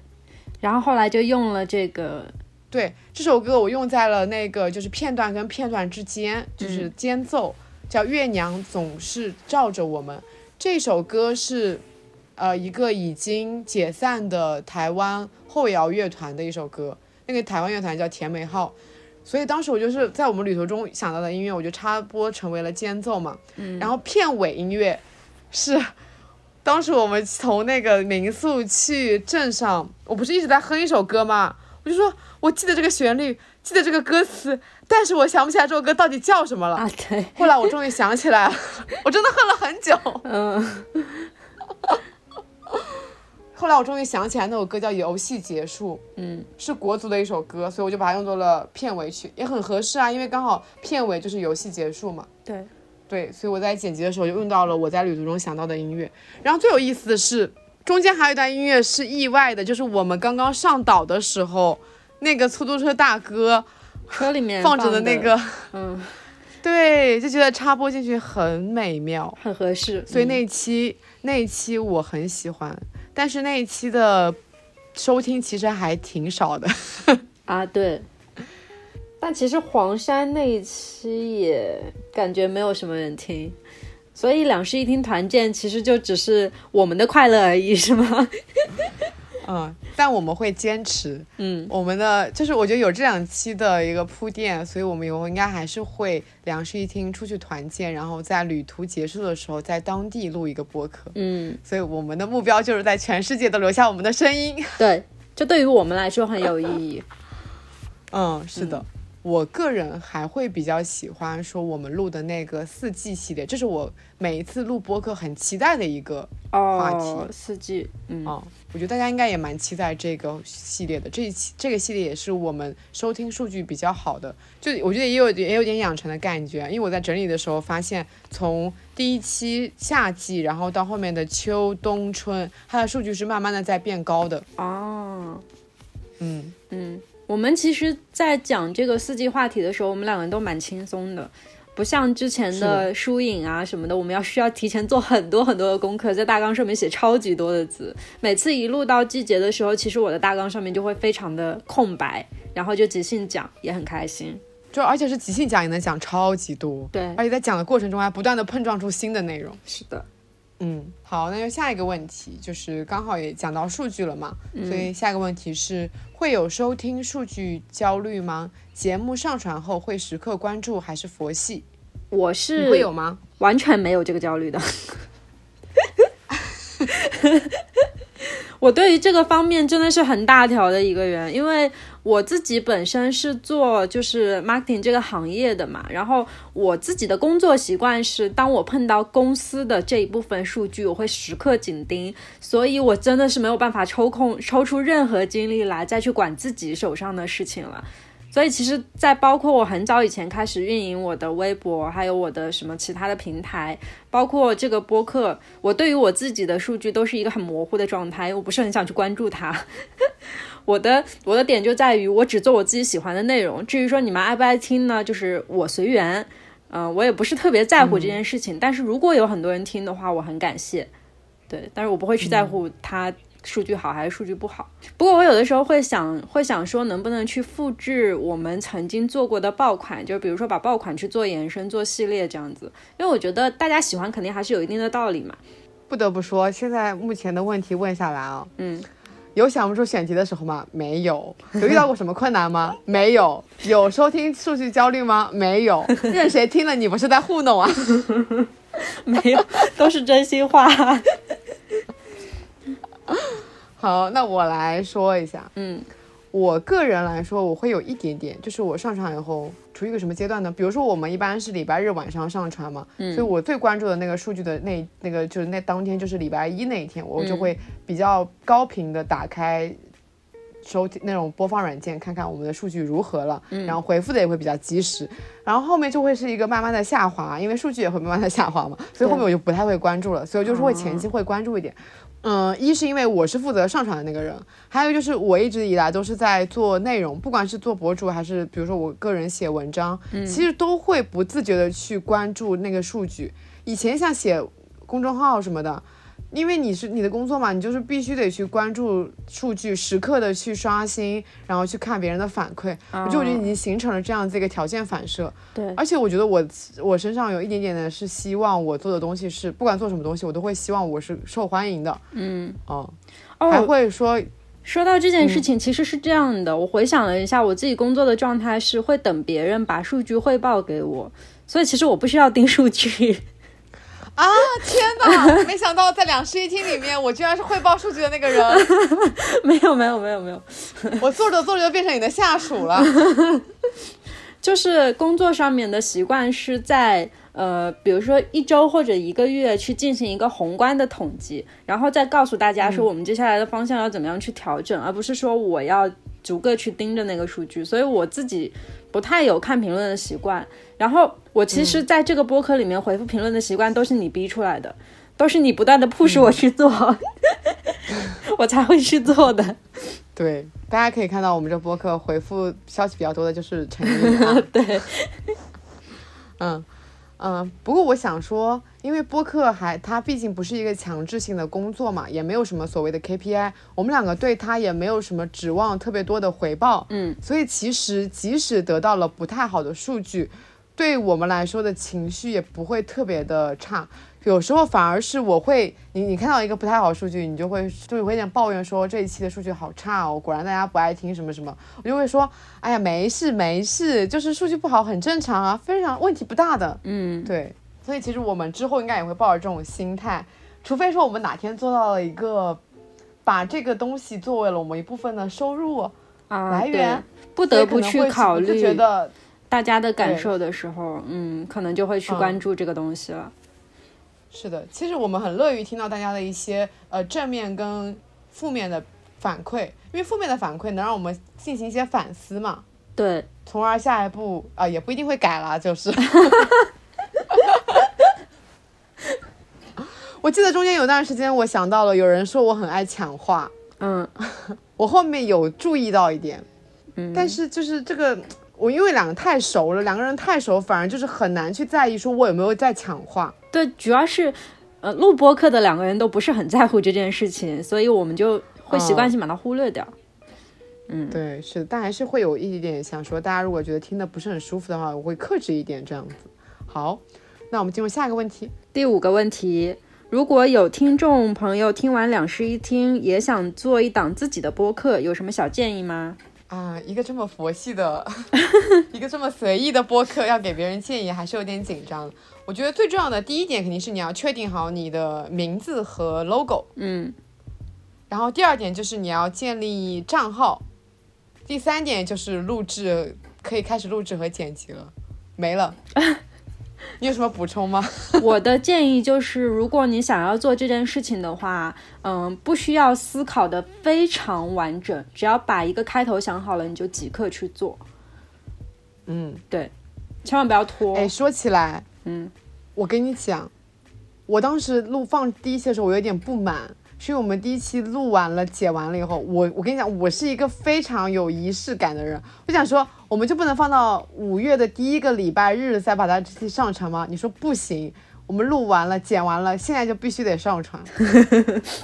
Speaker 3: 然后后来就用了这个，
Speaker 2: 对这首歌，我用在了那个就是片段跟片段之间，就是间奏，叫《月亮总是照着我们》。这首歌是，呃，一个已经解散的台湾后摇乐团的一首歌，那个台湾乐团叫甜美号。所以当时我就是在我们旅途中想到的音乐，我就插播成为了间奏嘛。嗯、然后片尾音乐是当时我们从那个民宿去镇上，我不是一直在哼一首歌吗？我就说我记得这个旋律，记得这个歌词，但是我想不起来这首歌到底叫什么了。
Speaker 3: 啊，对，
Speaker 2: 后来我终于想起 (laughs) 来了，我真的哼了很久。
Speaker 3: 嗯，
Speaker 2: 后来我终于想起来那首歌叫《游戏结束》，
Speaker 3: 嗯，
Speaker 2: 是国足的一首歌，所以我就把它用作了片尾曲，也很合适啊，因为刚好片尾就是游戏结束嘛。
Speaker 3: 对，
Speaker 2: 对，所以我在剪辑的时候就用到了我在旅途中想到的音乐。然后最有意思的是，中间还有一段音乐是意外的，就是我们刚刚上岛的时候，那个出租车大哥
Speaker 3: 车里面
Speaker 2: 放着的
Speaker 3: 的
Speaker 2: 那，个，
Speaker 3: 嗯，
Speaker 2: (laughs) 对，就觉得插播进去很美妙。
Speaker 3: 很合适，
Speaker 2: 所以
Speaker 3: 嗯
Speaker 2: 那一期、那一期我很喜欢，但是那一期的收听其实还挺少的。
Speaker 3: 啊，对。但其实黄山那一期也感觉没有什么人听，所以两室一厅团建其实就只是我们的快乐而已，是吗？ (laughs)
Speaker 2: 嗯， (laughs) 但我们会坚持。
Speaker 3: 嗯，
Speaker 2: 我们的就是我觉得有这两期的一个铺垫，所以我们以后应该还是会两室一厅出去团建，然后在旅途结束的时候在当地录一个播客。
Speaker 3: 嗯，
Speaker 2: 所以我们的目标就是在全世界都留下我们的声音。
Speaker 3: 对，这对于我们来说很有意义。
Speaker 2: 嗯，是的。我个人还会比较喜欢说我们录的那个四季系列，这是我每一次录播客很期待的一个话
Speaker 3: 哦，
Speaker 2: 题
Speaker 3: 四季，嗯，
Speaker 2: 哦，我觉得大家应该也蛮期待这个系列的。这一期这个系列也是我们收听数据比较好的，就我觉得也有也有点养成的感觉。因为我在整理的时候发现，从第一期夏季，然后到后面的秋冬春，它的数据是慢慢的在变高的。
Speaker 3: 哦，
Speaker 2: 嗯，
Speaker 3: 嗯，我们其实，在讲这个四季话题的时候，我们两个人都蛮轻松的。不像之前
Speaker 2: 是
Speaker 3: 的
Speaker 2: 的
Speaker 3: 书影啊什么的，我们要需要提前做很多很多的功课，在大纲上面写超级多的字。每次一录到季节的时候，其实我的大纲上面就会非常的空白，然后就即兴讲，也很开心。
Speaker 2: 就而且是即兴讲，也能讲超级多。
Speaker 3: 对
Speaker 2: 而且在讲的过程中还不断的碰撞出新的内容。
Speaker 3: 是的，
Speaker 2: 嗯，好，那就下一个问题，就是刚好也讲到数据了嘛，
Speaker 3: 嗯
Speaker 2: 所以下一个问题是会有收听数据焦虑吗？节目上传后会时刻关注还是佛系？
Speaker 3: 我
Speaker 2: 你
Speaker 3: 是
Speaker 2: 会有吗？
Speaker 3: 完全没有这个焦虑的。 (laughs) 我对于这个方面真的是很大条的一个人，因为我自己本身是做就是 marketing 这个行业的嘛，然后我自己的工作习惯是，当我碰到公司的这一部分数据，我会时刻紧盯，所以我真的是没有办法抽空抽出任何精力来再去管自己手上的事情了。所以其实，在包括我很早以前开始运营我的微博，还有我的什么其他的平台，包括这个播客，我对于我自己的数据都是一个很模糊的状态，我不是很想去关注它。 (laughs) 我的我的点就在于，我只做我自己喜欢的内容。至于说你们爱不爱听呢，就是我随缘。嗯、我也不是特别在乎这件事情，但是如果有很多人听的话，我很感谢。对，但是我不会去在乎它数据好还是数据不好。不过我有的时候会想，会想说能不能去复制我们曾经做过的爆款，就比如说把爆款去做延伸、做系列这样子，因为我觉得大家喜欢肯定还是有一定的道理嘛。
Speaker 2: 不得不说，现在目前的问题问下来啊，
Speaker 3: 嗯，
Speaker 2: 有想不出选题的时候吗？没有。有遇到过什么困难吗？没有。有收听数据焦虑吗？没
Speaker 3: (laughs)
Speaker 2: 有。任谁听了你不是在糊弄啊？
Speaker 3: 没有，都是真心话。
Speaker 2: 好，那我来说一下。
Speaker 3: 嗯，
Speaker 2: 我个人来说，我会有一点点，就是我上传以后处于一个什么阶段呢？比如说我们一般是礼拜日晚上上传嘛，所以我最关注的那个数据的那那个就是那当天就是礼拜一那一天，我就会比较高频的打开。收听那种播放软件，看看我们的数据如何了，然后回复的也会比较及时，然后后面就会是一个慢慢的下滑，因为数据也会慢慢的下滑嘛，所以后面我就不太会关注了，所以我就是会前期会关注一点，嗯，一是因为我是负责上传的那个人，还有就是我一直以来都是在做内容，不管是做博主还是比如说我个人写文章，其实都会不自觉的去关注那个数据。以前像写公众号什么的，因为你是你的工作嘛，你就是必须得去关注数据，时刻的去刷新，然后去看别人的反馈。我觉得我觉得已经形成了这样子一个条件反射。
Speaker 3: 对
Speaker 2: 而且我觉得我我身上有一点点的是希望我做的东西是，不管做什么东西，我都会希望我是受欢迎的。嗯，哦，还
Speaker 3: 哦，
Speaker 2: 会说
Speaker 3: 说到这件事情，其实是这样的，我回想了一下，我自己工作的状态是会等别人把数据汇报给我，所以其实我不需要盯数据。 (laughs)
Speaker 2: 啊！天 (laughs) 哪，没想到在两室一厅里面，我居然是汇报数据的那个 (laughs) 人，
Speaker 3: 没有，没有，没有，没有。
Speaker 2: 我做着做着就变成你的下属了。
Speaker 3: 就是工作上面的习惯是在呃，比如说一周或者一个月去进行一个宏观的统计，然后再告诉大家
Speaker 2: 嗯
Speaker 3: 说我们接下来的方向要怎么样去调整，而不是说我要逐个去盯着那个数据。所以我自己不太有看评论的习惯。然后我其
Speaker 2: 嗯
Speaker 3: 实在这个播客里面回复评论的习惯都是你逼出来的，都是你不断的 push 我去做，
Speaker 2: (laughs)
Speaker 3: 我才会去做的。
Speaker 2: (laughs) 对，大家可以看到我们这播客回复消息比较多的就是陈毅、 (laughs) 啊。
Speaker 3: 对，
Speaker 2: 嗯嗯，不过我想说，因为播客还它毕竟不是一个强制性的工作嘛，也没有什么所谓的 KPI，我们两个对它也没有什么指望特别多的回报，
Speaker 3: 嗯，
Speaker 2: 所以其实即使得到了不太好的数据，对我们来说的情绪也不会特别的差。有时候反而是我会，你你看到一个不太好的数据，你就会就会有点抱怨说这一期的数据好差哦，果然大家不爱听什么什么。我就会说，哎呀，没事没事，就是数据不好很正常啊，非常问题不大的。
Speaker 3: 嗯，
Speaker 2: 对，所以其实我们之后应该也会抱着这种心态，除非说我们哪天做到了一个，把这个东西作为了我们一部分的收入，
Speaker 3: 啊，
Speaker 2: 来
Speaker 3: 对
Speaker 2: 源
Speaker 3: 不
Speaker 2: 所以
Speaker 3: 得
Speaker 2: 可
Speaker 3: 不
Speaker 2: 能
Speaker 3: 去
Speaker 2: 会
Speaker 3: 考
Speaker 2: 不自
Speaker 3: 虑。
Speaker 2: 觉的
Speaker 3: 大家的感
Speaker 2: 对
Speaker 3: 受的时候，嗯，可能就会去
Speaker 2: 嗯
Speaker 3: 关注这个东西了。
Speaker 2: 是的，其实我们很乐于听到大家的一些呃正面跟负面的反馈，因为负面的反馈能让我们进行一些反思嘛，
Speaker 3: 对，
Speaker 2: 从而下一步啊、也不一定会改啦，就是。 (laughs) 我记得中间有段时间，我想到了有人说我很爱抢话，
Speaker 3: 嗯，
Speaker 2: 我后面有注意到一点，
Speaker 3: 嗯
Speaker 2: 但是就是这个我因为两个太熟了，两个人太熟，反而就是很难去在意说我有没有在抢话。
Speaker 3: 对，主要是，呃，录播课的两个人都不是很在乎这件事情，所以我们就会习惯性把它忽略掉。嗯，
Speaker 2: 对，是，但还是会有一点想说，大家如果觉得听的不是很舒服的话，我会克制一点这样子。好，那我们进入下一个问题。
Speaker 3: 第五个问题，如果有听众朋友听完两室一厅也想做一档自己的播客，有什么小建议 (laughs) 吗？
Speaker 2: 啊，一个这么佛系的， (laughs) 一个这么随意的播客，要给别人建议还是有点紧张。我觉得最重要的第一点肯定是你要确定好你的名字和 logo，
Speaker 3: 嗯，
Speaker 2: 然后第二点就是你要建立账号，第三点就是录制，可以开始录制和剪辑了，没 (laughs) 了。你有什么补充吗？
Speaker 3: 我的建议就是，如果你想要做这件事情的话，嗯，不需要思考的非常完整，只要把一个开头想好了，你就即刻去做，
Speaker 2: 嗯，
Speaker 3: 千万不要拖。
Speaker 2: 哎，说起来，
Speaker 3: 嗯，
Speaker 2: 我跟你讲，我当时录放第一期的时候，我有点不满，是因为我们第一期录完了、剪完了以后，我我跟你讲，我是一个非常有仪式感的人，我想说，我们就不能放到五月的第一个礼拜日再把它这期上传吗？你说不行。我们录完了，剪完了，现在就必须得上传。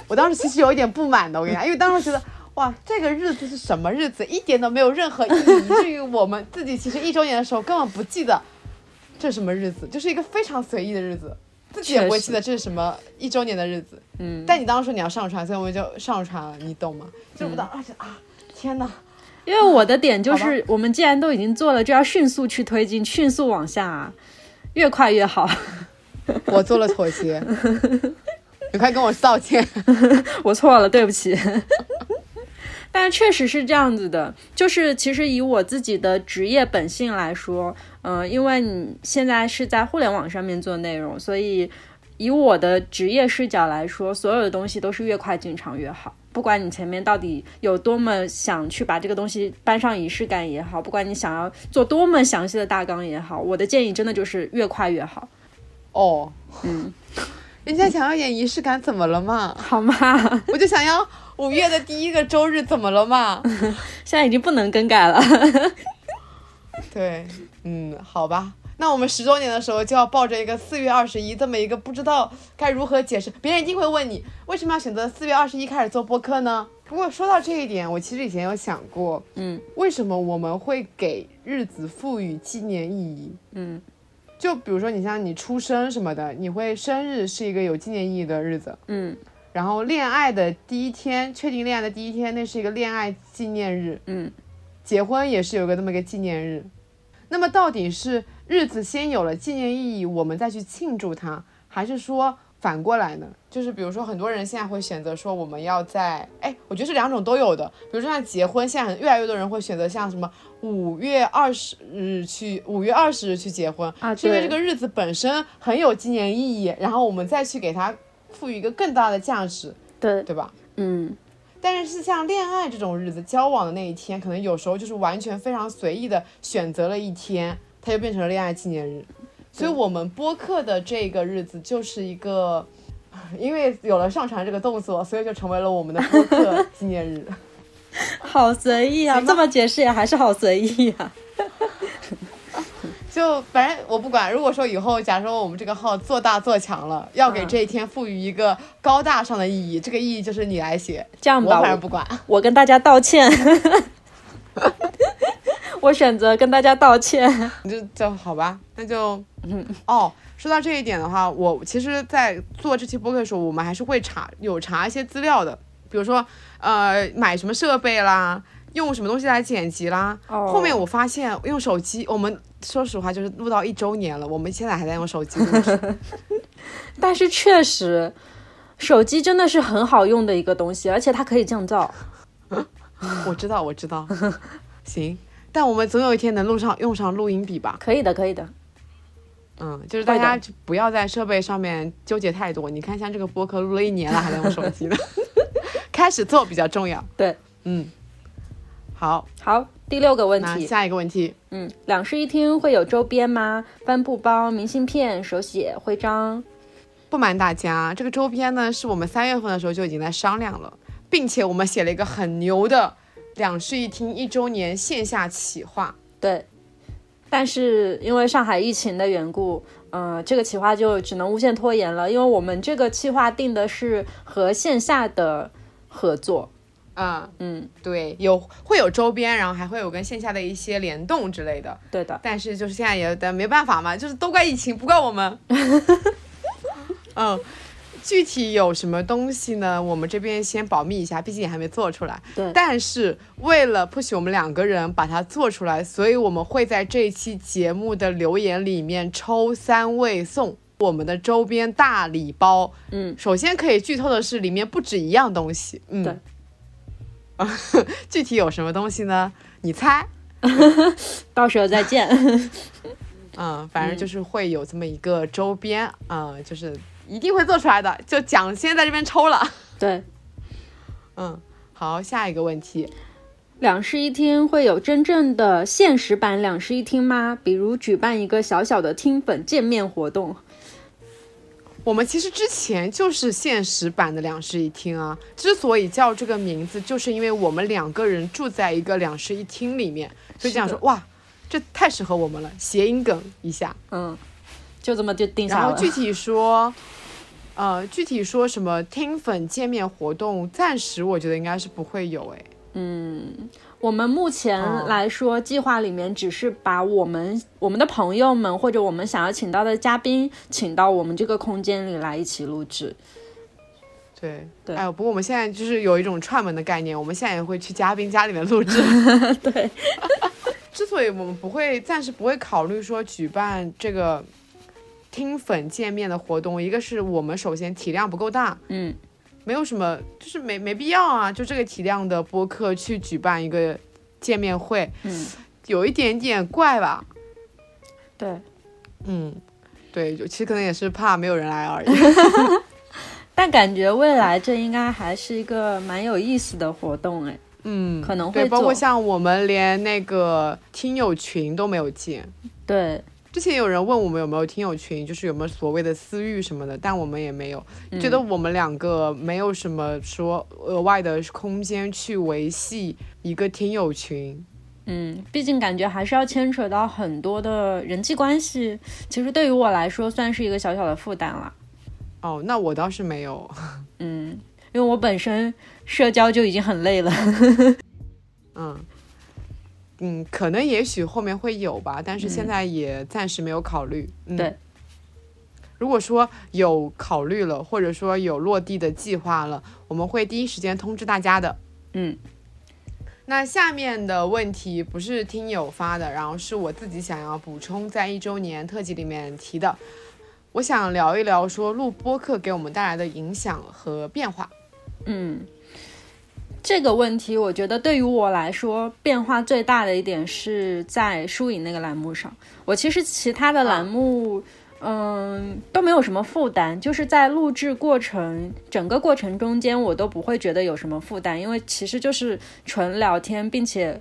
Speaker 2: 我当时其实有一点不满的，我跟你
Speaker 3: (laughs)
Speaker 2: 讲，因为当时觉得，哇，这个日子是什么日子，一点都没有任何意义，以至于我们自己其实一周年的时候根本不记得这是什么日子，就是一个非常随意的日子，自己也不会记得这是什么一周年的日子。
Speaker 3: 嗯，
Speaker 2: 但你当时说你要上传，所以我们就上传了，你懂吗？就我当
Speaker 3: 嗯
Speaker 2: 时、啊，天哪！
Speaker 3: 因为我的点就
Speaker 2: 好
Speaker 3: 是，我们既然都已经做了，就要迅速去推进，迅速往下，啊越快越好。
Speaker 2: 我做了妥协， (laughs) 你快跟我道歉。
Speaker 3: (laughs) 我错了，对不起。但确实是这样子的，就是其实以我自己的职业本性来说，嗯、因为你现在是在互联网上面做内容，所以以我的职业视角来说，所有的东西都是越快进场越好。不管你前面到底有多么想去把这个东西搬上仪式感也好，不管你想要做多么详细的大纲也好，我的建议真的就是越快越好，
Speaker 2: 哦，
Speaker 3: 嗯，
Speaker 2: 人家想要演仪式感，怎么了嘛？
Speaker 3: 好吗？ (laughs)
Speaker 2: 我就想要五月的第一个周日，怎么了嘛？
Speaker 3: 现在已经不能更改了。 (laughs)
Speaker 2: 对，嗯，好吧。那我们十周年的时候就要抱着一个四月二十一这么一个不知道该如何解释，别人一定会问你为什么要选择四月二十一开始做播客呢？不过说到这一点，我其实以前有想过，
Speaker 3: 嗯，
Speaker 2: 为什么我们会给日子赋予纪念意义？
Speaker 3: 嗯，
Speaker 2: 就比如说你像你出生什么的，你会生日是一个有纪念意义的日子，
Speaker 3: 嗯
Speaker 2: 然后恋爱的第一天，确定恋爱的第一天，那是一个恋爱纪念日，
Speaker 3: 嗯。
Speaker 2: 结婚也是有个那么一个纪念日。那么到底是日子先有了纪念意义，我们再去庆祝它，还是说反过来呢？就是比如说，很多人现在会选择说我们要在，哎，我觉得这两种都有的。比如说像结婚，现在很越来越多人会选择像什么五月二十日去，五月二十日去结婚，
Speaker 3: 啊
Speaker 2: 是因为
Speaker 3: 对
Speaker 2: 这个日子本身很有纪念意义，然后我们再去给它赋予一个更大的价值，
Speaker 3: 对，
Speaker 2: 对吧？
Speaker 3: 嗯，
Speaker 2: 但是像恋爱这种日子，交往的那一天，可能有时候就是完全非常随意的选择了一天，它就变成了恋爱纪念日。所以我们播客的这个日子就是一个，因为有了上传这个动作，所以就成为了我们的播客纪念日。
Speaker 3: 好随意啊！
Speaker 2: 行吧
Speaker 3: 这么解释也还是好随意啊。
Speaker 2: 就反正我不管，如果说以后假如说我们这个号做大做强了，要给这一天赋予一个高大上的意义，这个意义就是你来写，
Speaker 3: 这样
Speaker 2: 我
Speaker 3: 吧，
Speaker 2: 反
Speaker 3: 嗯我
Speaker 2: 正不管。
Speaker 3: 我跟大家道歉， (laughs) 我选择跟大家道歉。
Speaker 2: 你就就好吧，那就哦。说到这一点的话，我其实，在做这期播客的时候，我们还是会查有查一些资料的，比如说呃买什么设备啦，用什么东西来剪辑啦。
Speaker 3: 哦
Speaker 2: 后面我发现用手机，我们说实话就是录到一周年了，我们现在还在用手机录制。
Speaker 3: 但是确实，手机真的是很好用的一个东西，而且它可以降噪。
Speaker 2: 我知道，我知道，行。但我们总有一天能录上用上录音笔吧？
Speaker 3: 可以的，可以的。
Speaker 2: 嗯，就是
Speaker 3: 会
Speaker 2: 大
Speaker 3: 的
Speaker 2: 家就不要在设备上面纠结太多。你看，像这个播客录了一年了，还在用手机呢， (laughs) 开始做比较重要。
Speaker 3: 对，
Speaker 2: 嗯，好，
Speaker 3: 好，第六个问
Speaker 2: 那
Speaker 3: 题，
Speaker 2: 下一个问题，
Speaker 3: 嗯，两室一厅会有周边吗？帆布包、明信片、手写、徽章。
Speaker 2: 不瞒大家，啊这个周边呢是我们三月份的时候就已经在商量了，并且我们写了一个很牛的两室一厅一周年线下企划。
Speaker 3: 对，但是因为上海疫情的缘故，呃，这个企划就只能无限拖延了。因为我们这个企划定的是和线下的合作，
Speaker 2: 啊，
Speaker 3: 嗯，
Speaker 2: 对，有会有周边，然后还会有跟线下的一些联动之类的。
Speaker 3: 对的，
Speaker 2: 但是就是现在也但没办法嘛，就是都怪疫情，不怪我们。嗯，具体有什么东西呢？我们这边先保密一下，毕竟也还没做出来。
Speaker 3: 对
Speaker 2: 但是为了不许我们两个人把它做出来，所以我们会在这一期节目的留言里面抽三位送我们的周边大礼包。
Speaker 3: 嗯，
Speaker 2: 首先可以剧透的是，里面不止一样东西。嗯，
Speaker 3: 对。
Speaker 2: (laughs) 具体有什么东西呢？你猜？
Speaker 3: 到时候再见。 (laughs)
Speaker 2: 嗯，反正就是会有这么一个周边，嗯，就是一定会做出来的，就奖先在这边抽了。 (laughs)
Speaker 3: 对，
Speaker 2: 嗯，好，下一个问题，
Speaker 3: 两室一厅会有真正的现实版两室一厅吗？比如举办一个小小的厅粉见面活动。
Speaker 2: 我们其实之前就是现实版的两室一厅啊，之所以叫这个名字，就是因为我们两个人住在一个两室一厅里面，所以想说
Speaker 3: 是
Speaker 2: 哇，这太适合我们了，谐音梗一下。
Speaker 3: 嗯，就这么就定
Speaker 2: 然
Speaker 3: 下
Speaker 2: 后
Speaker 3: 了。
Speaker 2: 具体说，呃，具体说什么听粉见面活动，暂时我觉得应该是不会有诶。
Speaker 3: 我们目前
Speaker 2: 哦
Speaker 3: 来说，计划里面只是把我们、我们的朋友们或者我们想要请到的嘉宾，请到我们这个空间里来一起录制。
Speaker 2: 对，
Speaker 3: 对
Speaker 2: 哎呦，不过我们现在就是有一种串门的概念，我们现在也会去嘉宾家里面录制。
Speaker 3: (laughs) 对，
Speaker 2: 之所以我们不会暂时不会考虑说举办这个听粉见面的活动，一个是我们首先体量不够大，
Speaker 3: 嗯，
Speaker 2: 没有什么，就是没没必要啊，就这个体量的播客去举办一个见面会，
Speaker 3: 嗯，
Speaker 2: 有一点点怪吧，
Speaker 3: 对。
Speaker 2: 嗯，对，就其实可能也是怕没有人来而已。
Speaker 3: 但感觉未来这应该还是一个蛮有意思的活动哎，
Speaker 2: 嗯，
Speaker 3: 可能会
Speaker 2: 对，包括
Speaker 3: 做
Speaker 2: 像我们连那个听友群都没有进。
Speaker 3: 对，
Speaker 2: 之前有人问我们有没有听友群，就是有没有所谓的私域什么的，但我们也没有，
Speaker 3: 嗯
Speaker 2: 觉得我们两个没有什么说额外的空间去维系一个听友群。
Speaker 3: 嗯，毕竟感觉还是要牵扯到很多的人际关系，其实对于我来说算是一个小小的负担了，
Speaker 2: 哦，那我倒是没有，
Speaker 3: 嗯，因为我本身社交就已经很累了，
Speaker 2: 嗯嗯，可能也许后面会有吧，但是现在也暂时没有考虑。嗯、
Speaker 3: 嗯对，
Speaker 2: 如果说有考虑了，或者说有落地的计划了，我们会第一时间通知大家的。
Speaker 3: 嗯
Speaker 2: 那下面的问题不是听友发的，然后是我自己想要补充在一周年特辑里面提的。我想聊一聊说录播课给我们带来的影响和变化。
Speaker 3: 嗯。这个问题，我觉得对于我来说变化最大的一点是在输赢那个栏目上。我其实其他的栏目，嗯，都没有什么负担，就是在录制过程整个过程中间，我都不会觉得有什么负担，因为其实就是纯聊天，并且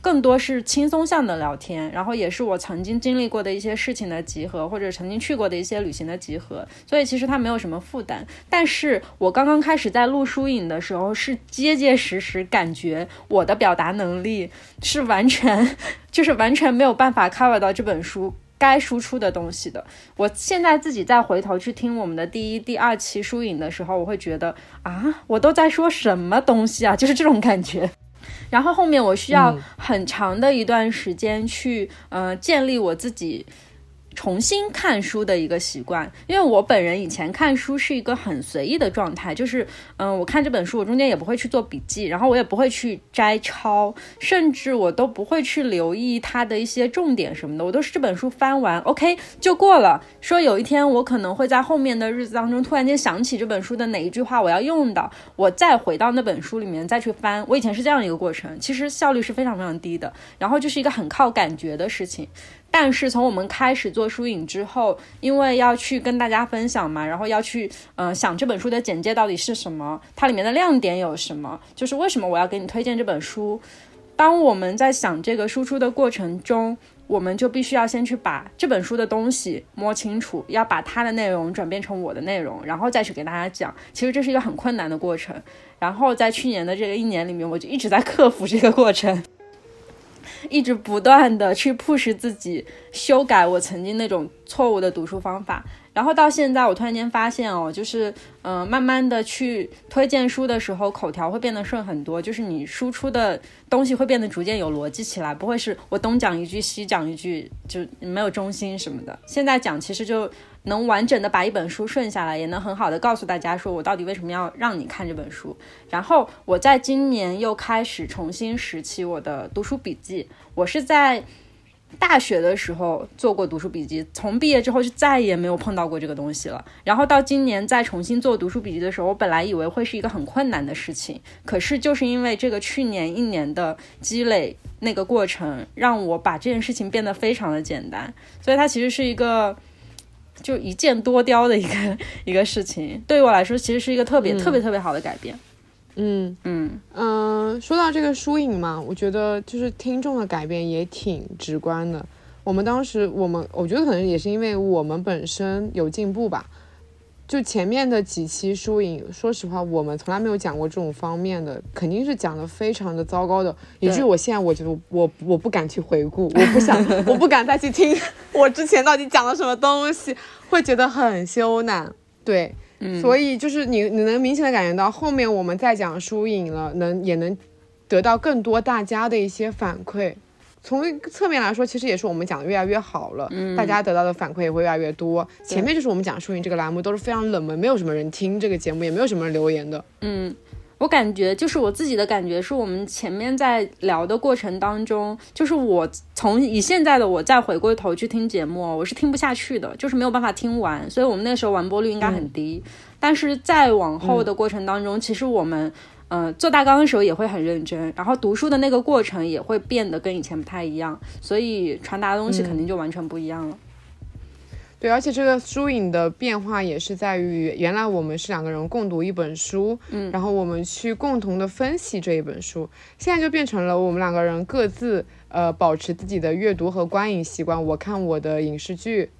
Speaker 3: 更多是轻松向的聊天，然后也是我曾经经历过的一些事情的集合，或者曾经去过的一些旅行的集合，所以其实它没有什么负担。但是我刚刚开始在录书影的时候，是结结实实感觉我的表达能力是完全就是完全没有办法 cover 到这本书。该输出的东西的，我现在自己再回头去听我们的第一、第二期书影的时候，我会觉得啊，我都在说什么东西啊， (laughs) 就是这种感觉。然后后面我需要
Speaker 2: 嗯
Speaker 3: 很长的一段时间去，呃，建立我自己重新看书的一个习惯，因为我本人以前看书是一个很随意的状态，就是嗯，我看这本书，我中间也不会去做笔记，然后我也不会去摘抄，甚至我都不会去留意它的一些重点什么的，我都是这本书翻完，OK 就过了。说有一天我可能会在后面的日子当中突然间想起这本书的哪一句话我要用到，我再回到那本书里面再去翻。我以前是这样一个过程，其实效率是非常非常低的，然后就是一个很靠感觉的事情。但是从我们开始做书影之后，因为要去跟大家分享嘛，然后要去呃想这本书的简介到底是什么，它里面的亮点有什么，就是为什么我要给你推荐这本书。当我们在想这个输出的过程中，我们就必须要先去把这本书的东西摸清楚，要把它的内容转变成我的内容，然后再去给大家讲。其实这是一个很困难的过程。然后在去年的这个一年里面，我就一直在克服这个过程。 (laughs) 一直不断的去 push 自己，修改我曾经那种错误的读书方法。然后到现在，我突然间发现哦，就是嗯、呃慢慢的去推荐书的时候，口条会变得顺很多，就是你输出的东西会变得逐渐有逻辑起来，不会是我东讲一句西讲一句，就没有中心什么的。现在讲其实就能完整的把一本书顺下来，也能很好的告诉大家说我到底为什么要让你看这本书。然后我在今年又开始重新拾起我的读书笔记，我是在。大学的时候做过读书笔记，从毕业之后就再也没有碰到过这个东西了。然后到今年再重新做读书笔记的时候，我本来以为会是一个很困难的事情，可是就是因为这个去年一年的积累那个过程，让我把这件事情变得非常的简单。所以它其实是一个就一箭多雕的一个 (laughs) 一个事情，对于我来说其实是一个特别、特别特别好的改变。
Speaker 2: 嗯
Speaker 3: 嗯
Speaker 2: 嗯，说到这个书影嘛，我觉得就是听众的改变也挺直观的。我们当时，我们我觉得可能也是因为我们本身有进步吧。就前面的几期书影，说实话，我们从来没有讲过这种方面的，肯定是讲的非常的糟糕的，以至于我现在我觉得我我我不敢去回顾，我不想，我不敢再去听 (laughs) 我之前到底讲了什么东西，会觉得很羞赧。对，所以就是你你能明显的感觉到，后面我们再讲书影了，能也能得到更多大家的一些反馈。从一个侧面来说，其实也是我们讲的越来越好了，大家得到的反馈也会越来越多。前面就是我们讲书影这个栏目都是非常冷门，没有什么人听这个节目，也没有什么人留言的。
Speaker 3: 嗯，我感觉就是我自己的感觉，是我们前面在聊的过程当中，就是我从以现在的我再回过头去听节目，我是听不下去的，就是没有办法听完，所以我们那时候完播率应该很低。但是再往后的过程当中，其实我们。呃，做大纲的时候也会很认真，然后读书的那个过程也会变得跟以前不太一样，所以传达的东西肯定就完全不一样了。
Speaker 2: 对，而且这个书影的变化也是在于，原来我们是两个人共读一本书，嗯，然后我们去共同的分析这一本书，现在就变成了我们两个人各自呃保持自己的阅读和观影习惯，我看我的影视剧，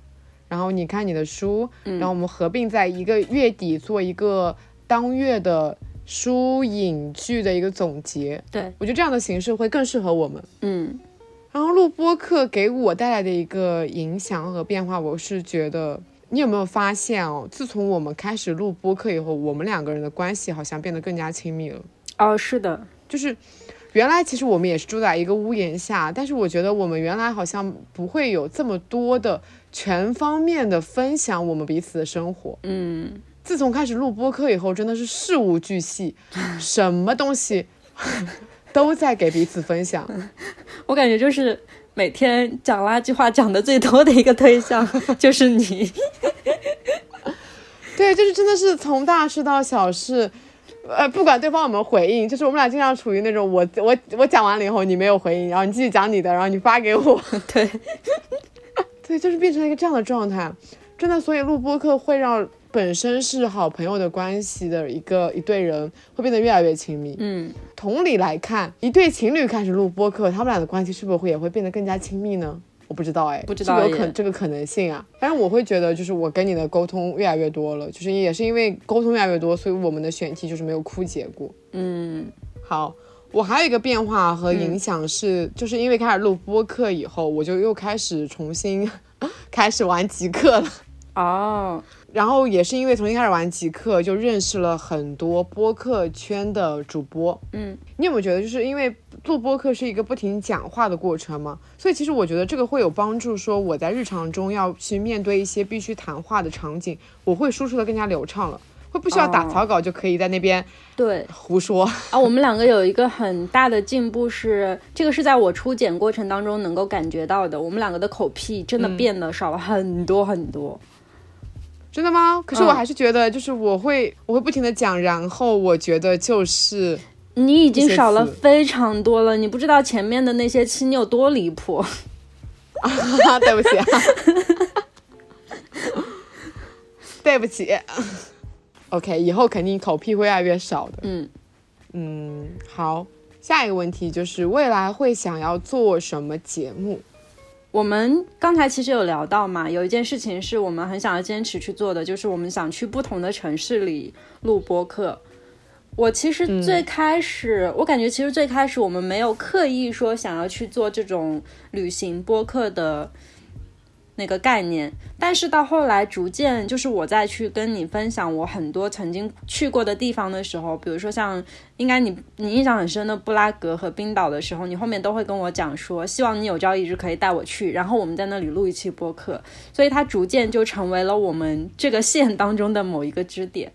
Speaker 2: 然后你看你的书，然后我们合并在一个月底做一个当月的书影剧的一个总结，
Speaker 3: 对，
Speaker 2: 我觉得这样的形式会更适合我们。
Speaker 3: 嗯。
Speaker 2: 然后录播课给我带来的一个影响和变化，我是觉得你有没有发现哦？自从我们开始录播课以后，我们两个人的关系好像变得更加亲密了。
Speaker 3: 哦，是的，
Speaker 2: 就是原来其实我们也是住在一个屋檐下，但是我觉得我们原来好像不会有这么多的全方面的分享我们彼此的生活。
Speaker 3: 嗯，
Speaker 2: 自从开始录播课以后，真的是事无巨细，什么东西 (laughs) 都在给彼此分享。
Speaker 3: 我感觉就是每天讲垃圾话讲的最多的一个对 (laughs) 象就是你。
Speaker 2: 对，就是真的是从大事到小事，呃，不管对方有没有回应，就是我们俩经常处于那种我我我讲完了以后你没有回应，然后你继续讲你的，然后你发给我，
Speaker 3: 对，
Speaker 2: (laughs) 对，就是变成了一个这样的状态。真的，所以录播课会让本身是好朋友的关系的一个一对人会变得越来越亲密。
Speaker 3: 嗯，
Speaker 2: 同理来看，一对情侣开始录播课，他们俩的关系是不是会也会变得更加亲密呢？我不知道哎，
Speaker 3: 不知道
Speaker 2: 是不是有
Speaker 3: 耶
Speaker 2: 可这个可能性啊。但是我会觉得，就是我跟你的沟通越来越多了，就是也是因为沟通越来越多，所以我们的选题就是没有枯竭过。
Speaker 3: 嗯，
Speaker 2: 好，我还有一个变化和影响是，就是因为开始录播课以后，我就又开始重新 (laughs) 开始玩极客了。
Speaker 3: 哦，
Speaker 2: 然后也是因为重新开始玩极客，就认识了很多播客圈的主播。
Speaker 3: 嗯，
Speaker 2: 你有没有觉得，就是因为做播客是一个不停讲话的过程嘛？所以其实我觉得这个会有帮助，说我在日常中要去面对一些必须谈话的场景，我会输出的更加流畅了，会不需要打
Speaker 3: 哦
Speaker 2: 草稿就可以在那边
Speaker 3: 对。
Speaker 2: 胡说。
Speaker 3: 啊，我们两个有一个很大的进步是，这个是在我初检过程当中能够感觉到的，我们两个的口癖真的变得少了很多很多。
Speaker 2: 真的吗？可是我
Speaker 3: 嗯
Speaker 2: 还是觉得，就是我会，我会不停的讲，然后我觉得就是，
Speaker 3: 你已经
Speaker 2: 这些
Speaker 3: 少了
Speaker 2: 词
Speaker 3: 非常多了，你不知道前面的那些期你有多离谱。
Speaker 2: (laughs) 对不起、啊对不起。OK，以后肯定口癖会越来越少的。
Speaker 3: 嗯
Speaker 2: 嗯，好，下一个问题就是未来会想要做什么节目？
Speaker 3: 我们刚才其实有聊到嘛，有一件事情是我们很想要坚持去做的，就是我们想去不同的城市里录播客。我其实最开始，我感觉其实最开始我们没有刻意说想要去做这种旅行播客的那个概念，但是到后来逐渐，就是我在去跟你分享我很多曾经去过的地方的时候，比如说像应该你你印象很深的布拉格和冰岛的时候，你后面都会跟我讲说，希望你有朝一日可以带我去，然后我们在那里录一期播客，所以它逐渐就成为了我们这个线当中的某一个支点。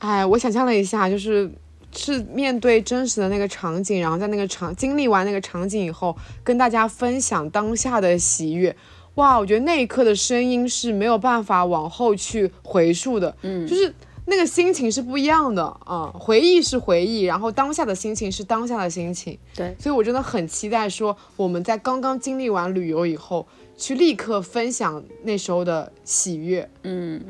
Speaker 2: 哎，我想象了一下，就是是面对真实的那个场景，然后在那个场经历完那个场景以后，跟大家分享当下的喜悦。哇，我觉得那一刻的声音是没有办法往后去回溯的，嗯，就是那个心情是不一样的啊、嗯回忆是回忆，然后当下的心情是当下的心情。
Speaker 3: 对，
Speaker 2: 所以我真的很期待说我们在刚刚经历完旅游以后，去立刻分享那时候的喜悦。
Speaker 3: 嗯。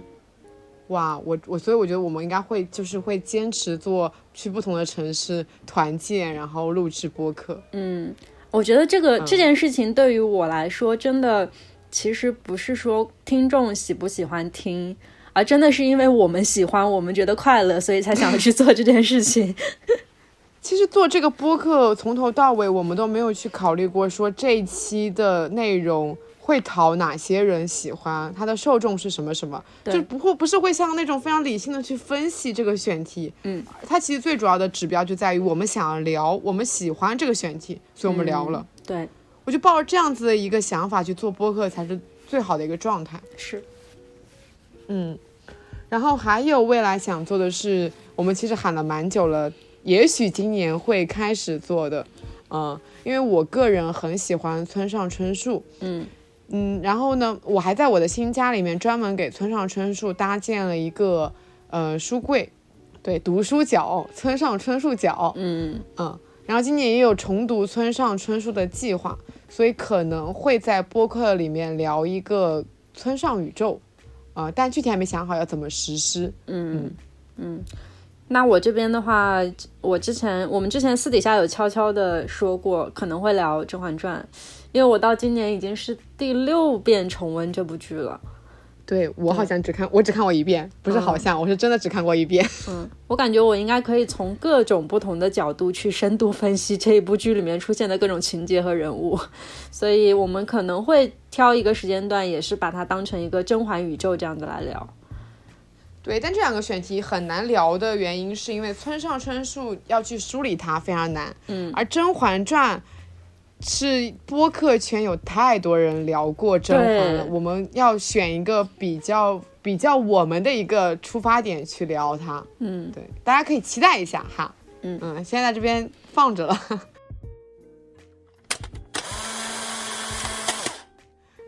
Speaker 2: 哇，我我所以我觉得我们应该会就是会坚持做去不同的城市团建，然后录制播客。
Speaker 3: 嗯，我觉得这个、这件事情对于我来说，真的其实不是说听众喜不喜欢听，而真的是因为我们喜欢，我们觉得快乐，所以才想去做这件事情。
Speaker 2: 其实做这个播客从头到尾，我们都没有去考虑过说这一期的内容会讨哪些人喜欢，它的受众是什么什么，
Speaker 3: 对
Speaker 2: 就不会不是会像那种非常理性的去分析这个选题。
Speaker 3: 嗯，
Speaker 2: 它其实最主要的指标就在于我们想要聊，我们喜欢这个选题，所以我们聊了。
Speaker 3: (laughs) 对，
Speaker 2: 我就抱着这样子的一个想法去做播客，才是最好的一个状态。
Speaker 3: 是，
Speaker 2: 嗯，然后还有未来想做的是，我们其实喊了蛮久了，也许今年会开始做的，嗯，因为我个人很喜欢村上春树，
Speaker 3: 嗯
Speaker 2: 嗯，然后呢，我还在我的新家里面专门给村上春树搭建了一个呃书柜，对，读书角，村上春树角，
Speaker 3: 嗯
Speaker 2: 嗯，然后今年也有重读村上春树的计划，所以可能会在播客里面聊一个村上宇宙，啊、但具体还没想好要怎么实施。
Speaker 3: 嗯嗯。那我这边的话，我之前我们之前私底下有悄悄的说过，可能会聊《甄嬛传》，因为我到今年已经是第六遍重温这部剧了。
Speaker 2: 对嗯我好像只看我只看过一遍，不是好像，我是真的只看过一遍。
Speaker 3: 嗯，我感觉我应该可以从各种不同的角度去深度分析这一部剧里面出现的各种情节和人物， (laughs) 所以我们可能会挑一个时间段，也是把它当成一个甄嬛宇宙这样子来聊。
Speaker 2: 对，但这两个选题很难聊的原因，是因为村上春树要去梳理它非常难，嗯，而《甄嬛传》是播客圈有太多人聊过甄嬛了，
Speaker 3: 对
Speaker 2: 我们要选一个比较比较我们的一个出发点去聊它，
Speaker 3: 嗯，
Speaker 2: 对，大家可以期待一下哈，
Speaker 3: 嗯
Speaker 2: 嗯，现在在这边放着了。 (laughs)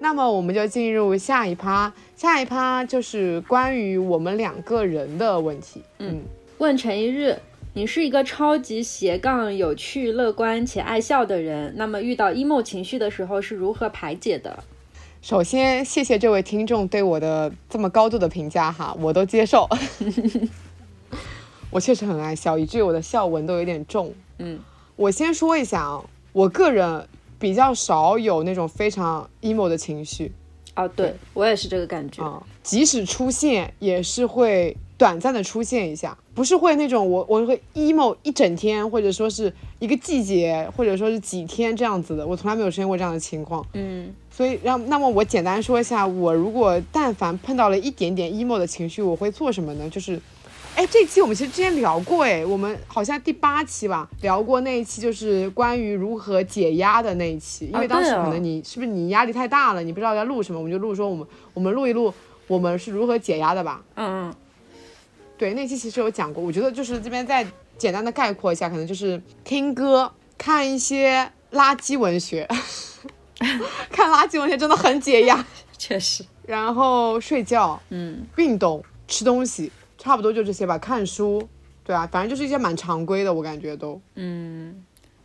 Speaker 2: 那么我们就进入下一趴，下一趴就是关于我们两个人的问题。嗯，
Speaker 3: 问陈一日，你是一个超级斜杠、有趣、乐观且爱笑的人，那么遇到 emo 情绪的时候是如何排解的？
Speaker 2: 首先谢谢这位听众对我的这么高度的评价哈，我都接受。 (laughs) 我确实很爱笑，以至于我的笑纹都有点重。
Speaker 3: 嗯，
Speaker 2: 我先说一下啊，我个人比较少有那种非常 emo 的情绪。
Speaker 3: 哦，对我也是这个感觉。
Speaker 2: 啊、即使出现也是会短暂的出现一下，不是会那种我我会 emo 一整天，或者说是一个季节，或者说是几天这样子的，我从来没有出现过这样的情况。
Speaker 3: 嗯
Speaker 2: 所以让那么我简单说一下，我如果但凡碰到了一点点 emo 的情绪，我会做什么呢？就是，哎，这期我们其实之前聊过，哎，我们好像第八期吧聊过那一期，就是关于如何解压的那一期，因
Speaker 3: 啊
Speaker 2: 为当时
Speaker 3: 对哦
Speaker 2: 可能你、是不是你压力太大了，你不知道该录什么，我们就录说我们我们录一录我们是如何解压的吧。
Speaker 3: 嗯嗯，
Speaker 2: 对，那期其实有讲过，我觉得就是这边再简单的概括一下，可能就是听歌、看一些垃圾文学， (laughs) 看垃圾文学真的很解压，
Speaker 3: 确实，
Speaker 2: 然后睡觉、
Speaker 3: 嗯
Speaker 2: 运动、吃东西，差不多就这些吧。看书，对啊，反正就是一些蛮常规的，我感觉都
Speaker 3: 嗯，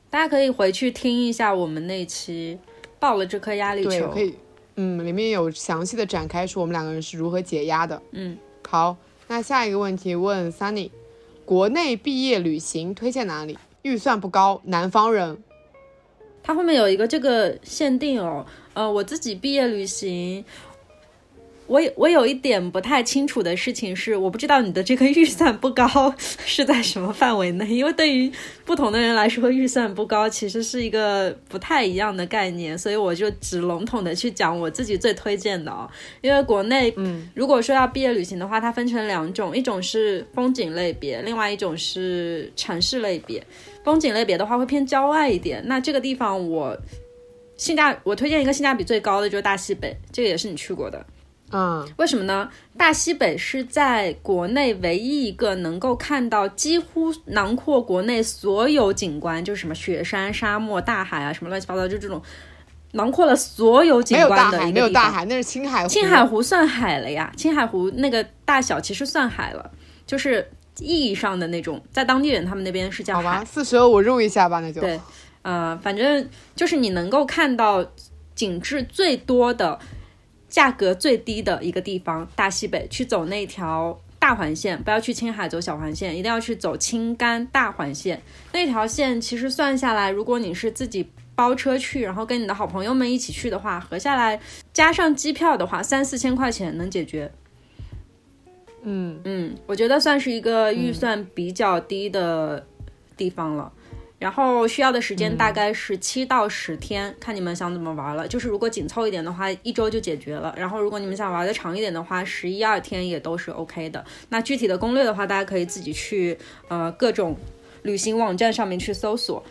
Speaker 3: 大家可以回去听一下我们那期爆了这颗压力
Speaker 2: 对，
Speaker 3: 球，
Speaker 2: 可以，嗯，里面有详细的展开说我们两个人是如何解压的。
Speaker 3: 嗯，
Speaker 2: 好，那下一个问题问 Sunny，国内毕业旅行推荐哪里？预算不高，南方人。
Speaker 3: 它后面有一个这个限定哦，呃，我自己毕业旅行，我有我有一点不太清楚的事情是，我不知道你的这个预算不高 (laughs) 是在什么范围内，因为对于不同的人来说，预算不高其实是一个不太一样的概念，所以我就只笼统的去讲我自己最推荐的哦。因为国内，嗯，如果说要毕业旅行的话，它分成两种，一种是风景类别，另外一种是城市类别。风景类别的话会偏郊外一点，那这个地方我性价我推荐一个性价比最高的就是大西北，这个也是你去过的。
Speaker 2: 嗯，
Speaker 3: 为什么呢？大西北是在国内唯一一个能够看到几乎囊括国内所有景观，就是什么雪山、沙漠、大海啊，什么乱七八糟，就这种囊括了所有景
Speaker 2: 没有大
Speaker 3: 观的
Speaker 2: 海，
Speaker 3: 一
Speaker 2: 没
Speaker 3: 个
Speaker 2: 有
Speaker 3: 地方。
Speaker 2: 大海，那是青海湖。
Speaker 3: 青海湖算海了呀，青海湖那个大小其实算海了，就是意义上的那种，在当地人他们那边是叫
Speaker 2: 好
Speaker 3: 海
Speaker 2: 吧，。四舍五入一下吧，那就
Speaker 3: 对呃，反正就是你能够看到景致最多的、价格最低的一个地方，大西北去走那条大环线，不要去青海走小环线，一定要去走青甘大环线。那条线其实算下来，如果你是自己包车去，然后跟你的好朋友们一起去的话，合下来加上机票的话，三四千块钱能解决。
Speaker 2: 嗯，
Speaker 3: 嗯，我觉得算是一个预算比较低的地方了。然后需要的时间大概是七到十天，看你们想怎么玩了。就是如果紧凑一点的话，一周就解决了；然后如果你们想玩的长一点的话，十一二天也都是 OK 的。那具体的攻略的话，大家可以自己去呃各种旅行网站上面去搜索。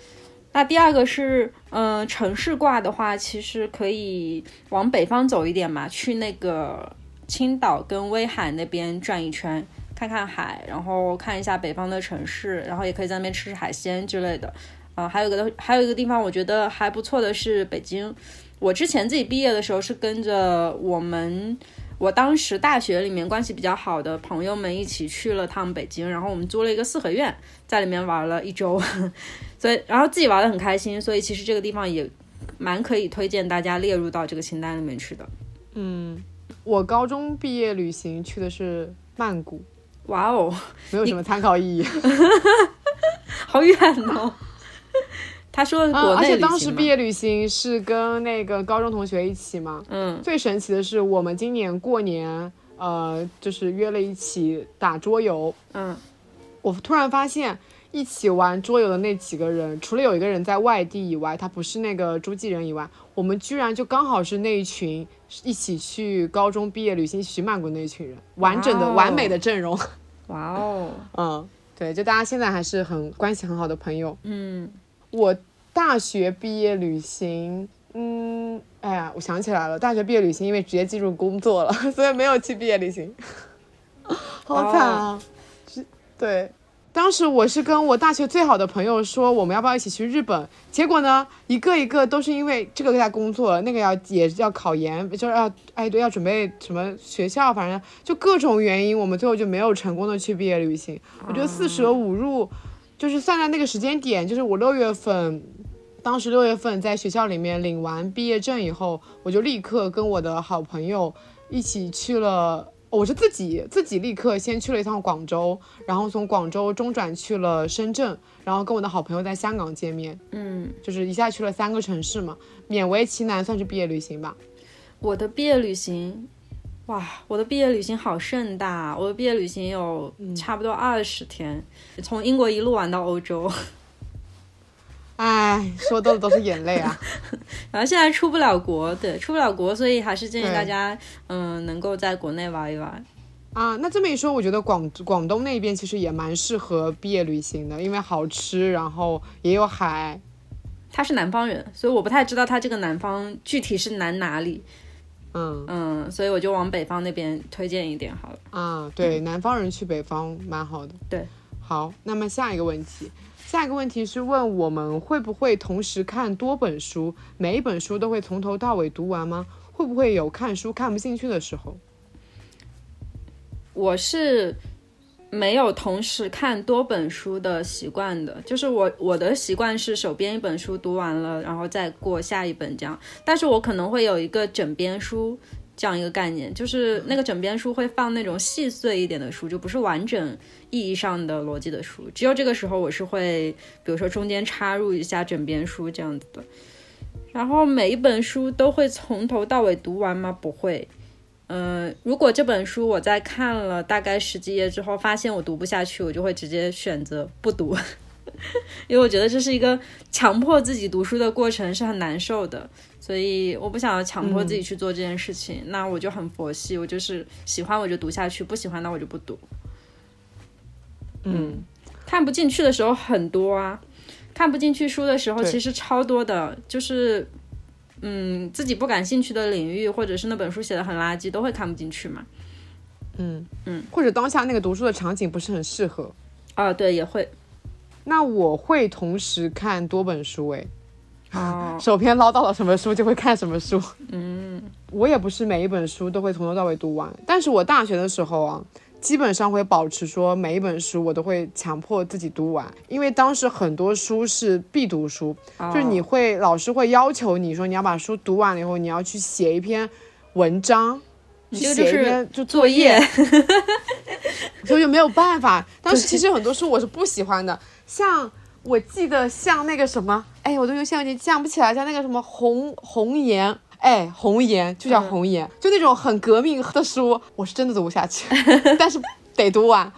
Speaker 3: 那第二个是，嗯、城市挂的话，其实可以往北方走一点嘛，去那个青岛跟威海那边转一圈，看看海，然后看一下北方的城市，然后也可以在那边吃吃海鲜之类的。啊、还有一个还有一个地方我觉得还不错的是北京。我之前自己毕业的时候是跟着我们，我当时大学里面关系比较好的朋友们一起去了趟北京，然后我们租了一个四合院，在里面玩了一周， (laughs) 所以然后自己玩的很开心，所以其实这个地方也蛮可以推荐大家列入到这个清单里面去的。
Speaker 2: 我高中毕业旅行去的是曼谷，
Speaker 3: 哇哦， (laughs)
Speaker 2: 没有什么参考意义。
Speaker 3: 好远哦！ (laughs) 他说
Speaker 2: 嗯，
Speaker 3: 的国
Speaker 2: 而
Speaker 3: 内、
Speaker 2: 且
Speaker 3: 旅
Speaker 2: 当时
Speaker 3: 行吗
Speaker 2: 毕业旅行是跟那个高中同学一起嘛。
Speaker 3: 嗯
Speaker 2: 最神奇的是，我们今年过年，呃，就是约了一起打桌游。
Speaker 3: 嗯
Speaker 2: 我突然发现，一起玩桌游的那几个人，除了有一个人在外地以外，他不是那个诸暨人以外，我们居然就刚好是那一群一起去高中毕业旅行去曼谷那一群人，完整的、
Speaker 3: 哇哦
Speaker 2: 完美的阵容。
Speaker 3: 哇哦，
Speaker 2: 嗯，对，就大家现在还是很关系很好的朋友。
Speaker 3: 嗯
Speaker 2: 我大学毕业旅行，嗯，哎呀，我想起来了，大学毕业旅行因为直接进入工作了， (laughs) 所以没有去毕业旅行， (laughs) 好惨 (laughs) 啊！是对，当时我是跟我大学最好的朋友说，我们要不要一起去日本？结果呢，一个一个都是因为这个在工作了，那个要也要考研，就是要哎对，要准备什么学校，反正就各种原因，我们最后就没有成功的去毕业旅行。我觉得四舍五入，就是算在那个时间点，就是我六月份。当时六月份在学校里面领完毕业证以后，我就立刻跟我的好朋友一起去了，哦我是自己自己立刻先去了一趟广州，然后从广州中转去了深圳，然后跟我的好朋友在香港见面，
Speaker 3: 嗯，
Speaker 2: 就是一下去了三个城市嘛，勉为其难算是毕业旅行吧。
Speaker 3: 我的毕业旅行，哇，我的毕业旅行好盛大啊，我的毕业旅行有差不多二十天，从英国一路玩到欧洲， (laughs)
Speaker 2: 唉，说多了都是眼泪啊。
Speaker 3: 然后现在出不了国，对，出不了国，所以还是建议
Speaker 2: 对
Speaker 3: 大家，嗯、能够在国内玩一玩。
Speaker 2: 啊，那这么一说，我觉得广广东那边其实也蛮适合毕业旅行的，因为好吃，然后也有海。
Speaker 3: 他是南方人，所以我不太知道他这个南方具体是南哪里，
Speaker 2: 嗯
Speaker 3: 嗯，所以我就往北方那边推荐一点好了。
Speaker 2: 啊，对，南方人去北方蛮好的。
Speaker 3: 对，
Speaker 2: 好，那么下一个问题，下一个问题是问我们会不会同时看多本书，每一本书都会从头到尾读完吗？会不会有看书看不进去的时候？
Speaker 3: 我是没有同时看多本书的习惯的，就是我我的习惯是手边一本书读完了，然后再过下一本这样。但是我可能会有一个枕边书这样一个概念，就是那个枕边书会放那种细碎一点的书，就不是完整意义上的逻辑的书。只有这个时候，我是会比如说中间插入一下枕边书这样子的。然后每一本书都会从头到尾读完吗？不会，嗯，如果这本书我在看了大概十几页之后，发现我读不下去，我就会直接选择不读， (laughs) 因为我觉得这是一个强迫自己读书的过程是很难受的，所以我不想要强迫自己去做这件事情。那我就很佛系，我就是喜欢我就读下去，不喜欢那我就不读。
Speaker 2: 嗯，
Speaker 3: 看不进去的时候很多啊，看不进去书的时候
Speaker 2: 对
Speaker 3: 其实超多的，就是嗯自己不感兴趣的领域，或者是那本书写的很垃圾，都会看不进去嘛。
Speaker 2: 或者当下那个读书的场景不是很适合。
Speaker 3: 啊，对，也会
Speaker 2: 那我会同时看多本书，诶， (laughs)
Speaker 3: 哦，
Speaker 2: 手边捞到了什么书就会看什么书。嗯，我也不是每一本书都会从头到尾读完，但是我大学的时候啊，基本上会保持说每一本书我都会强迫自己读完，因为当时很多书是必读书，
Speaker 3: 哦
Speaker 2: 就是你会老师会要求你说你要把书读完了以后，你要去写一篇文章。
Speaker 3: 你
Speaker 2: 去
Speaker 3: 这个
Speaker 2: 写
Speaker 3: 就
Speaker 2: 一
Speaker 3: 是
Speaker 2: 篇就
Speaker 3: 作业，
Speaker 2: 所以就没有办法。当时其实很多书我是不喜欢的，像我记得像那个什么，哎，我都有现在有点想不起来，像那个什么红红岩。哎，红岩就
Speaker 3: 嗯
Speaker 2: 叫红岩，就那种很革命的书，我是真的读不下去， (laughs) 但是得读完。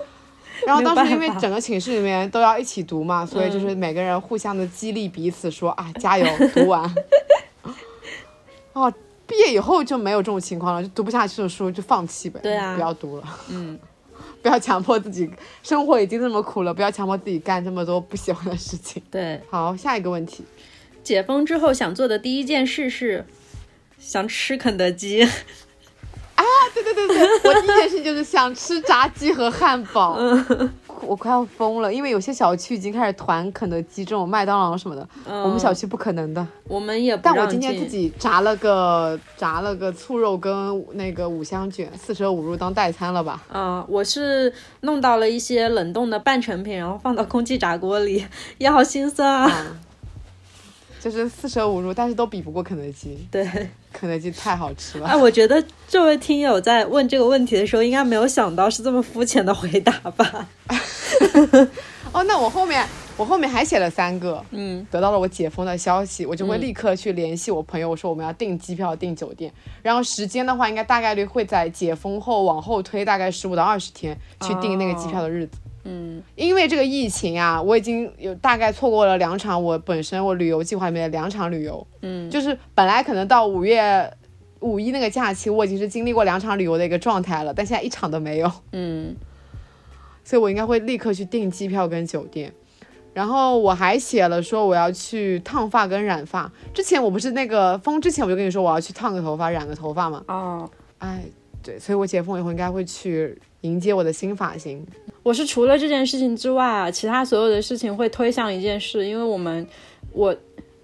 Speaker 2: 然后
Speaker 3: 没有
Speaker 2: 当时因为
Speaker 3: 办法嗯
Speaker 2: 整个寝室里面都要一起读嘛，所以就是每个人互相的激励彼此说啊，加油，读完。哦，毕业以后就没有这种情况了，就读不下去的书就放弃呗，
Speaker 3: 对啊
Speaker 2: 不要读了。
Speaker 3: 嗯，
Speaker 2: (laughs) 不要强迫自己，生活已经这么苦了，不要强迫自己干这么多不喜欢的事情。
Speaker 3: 对，
Speaker 2: 好，下一个问题，
Speaker 3: 解封之后想做的第一件事是想吃肯德基，
Speaker 2: 对对对对，我第一件事就是想吃炸鸡和汉堡， (laughs) 我快要疯了，因为有些小区已经开始团肯德基这种麦当劳什么的，我们小区嗯不可能的。
Speaker 3: 我们也不
Speaker 2: 但我
Speaker 3: 让
Speaker 2: 今天
Speaker 3: 进
Speaker 2: 自己炸了个炸了个醋肉跟那个五香卷，四舍五入当代餐了吧？
Speaker 3: 啊、我是弄到了一些冷冻的半成品，然后放到空气炸锅里，也好心酸啊。
Speaker 2: (laughs) 就是四舍五入，但是都比不过肯德基， (laughs)
Speaker 3: 对，
Speaker 2: 肯德基太好吃了。
Speaker 3: 哎，我觉得这位听友在问这个问题的时候，应该没有想到是这么肤浅的回答吧？
Speaker 2: (laughs) 哦，那我后面我后面还写了三个，
Speaker 3: 嗯，
Speaker 2: 得到了我解封的消息，我就会立刻去联系我朋友，我说我们要订机票、订酒店，然后时间的话，应该大概率会在解封后往后推，大概十五到二十天去订那个机票的日子。
Speaker 3: 嗯，
Speaker 2: 因为这个疫情啊，我已经有大概错过了两场我本身我旅游计划里面的两场旅游，
Speaker 3: 嗯，
Speaker 2: 就是本来可能到五月五一那个假期，我已经是经历过两场旅游的一个状态了，但现在一场都没有。
Speaker 3: 嗯，
Speaker 2: 所以我应该会立刻去订机票跟酒店。然后我还写了说我要去烫发跟染发。之前我不是那个封之前我就跟你说我要去烫个头发、染个头发嘛。
Speaker 3: 哦，
Speaker 2: 哎，对，所以我解封以后应该会去迎接我的新发型。
Speaker 3: 我是除了这件事情之外啊，其他所有的事情会推向一件事，因为我们，我，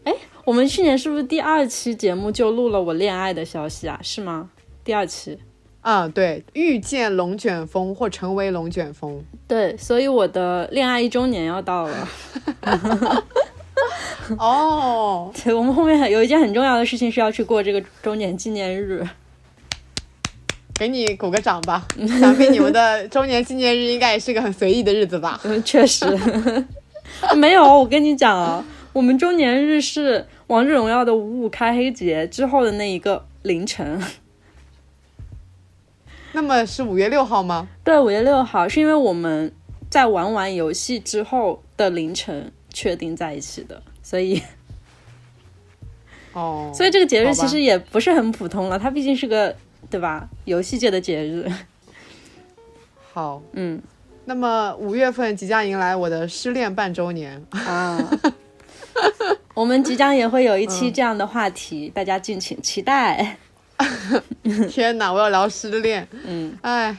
Speaker 3: 哎，我们去年是不是第二期节目就录了我恋爱的消息啊？是吗？第二期。
Speaker 2: 啊、对，遇见龙卷风或成为龙卷风，
Speaker 3: 对，所以我的恋爱一周年要到 (laughs) 了。
Speaker 2: 哦，
Speaker 3: 对，我们后面还有一件很重要的事情是要去过这个周年纪念日。
Speaker 2: 给你鼓个掌吧！想必你们的周年纪念日应该也是个很随意的日子吧？
Speaker 3: 嗯， (laughs) 确实， (laughs) 没有。我跟你讲啊，我们周年日是《王者荣耀》的五五开黑节之后的那一个凌晨。
Speaker 2: 那么是五月六号吗？
Speaker 3: 对，五月六号是因为我们在玩完游戏之后的凌晨确定在一起的，所 (laughs) 以，
Speaker 2: 哦，
Speaker 3: 所以这个节日
Speaker 2: 好吧
Speaker 3: 其实也不是很普通了，它毕竟是个对吧游戏界的节日。
Speaker 2: 好，
Speaker 3: 嗯
Speaker 2: 那么五月份即将迎来我的失恋半周年， (laughs)
Speaker 3: 啊。嗯我们即将也会有一期这样的话题，大家敬请期 (laughs) 待。
Speaker 2: 天哪，我要聊失恋，
Speaker 3: 嗯，
Speaker 2: 哎，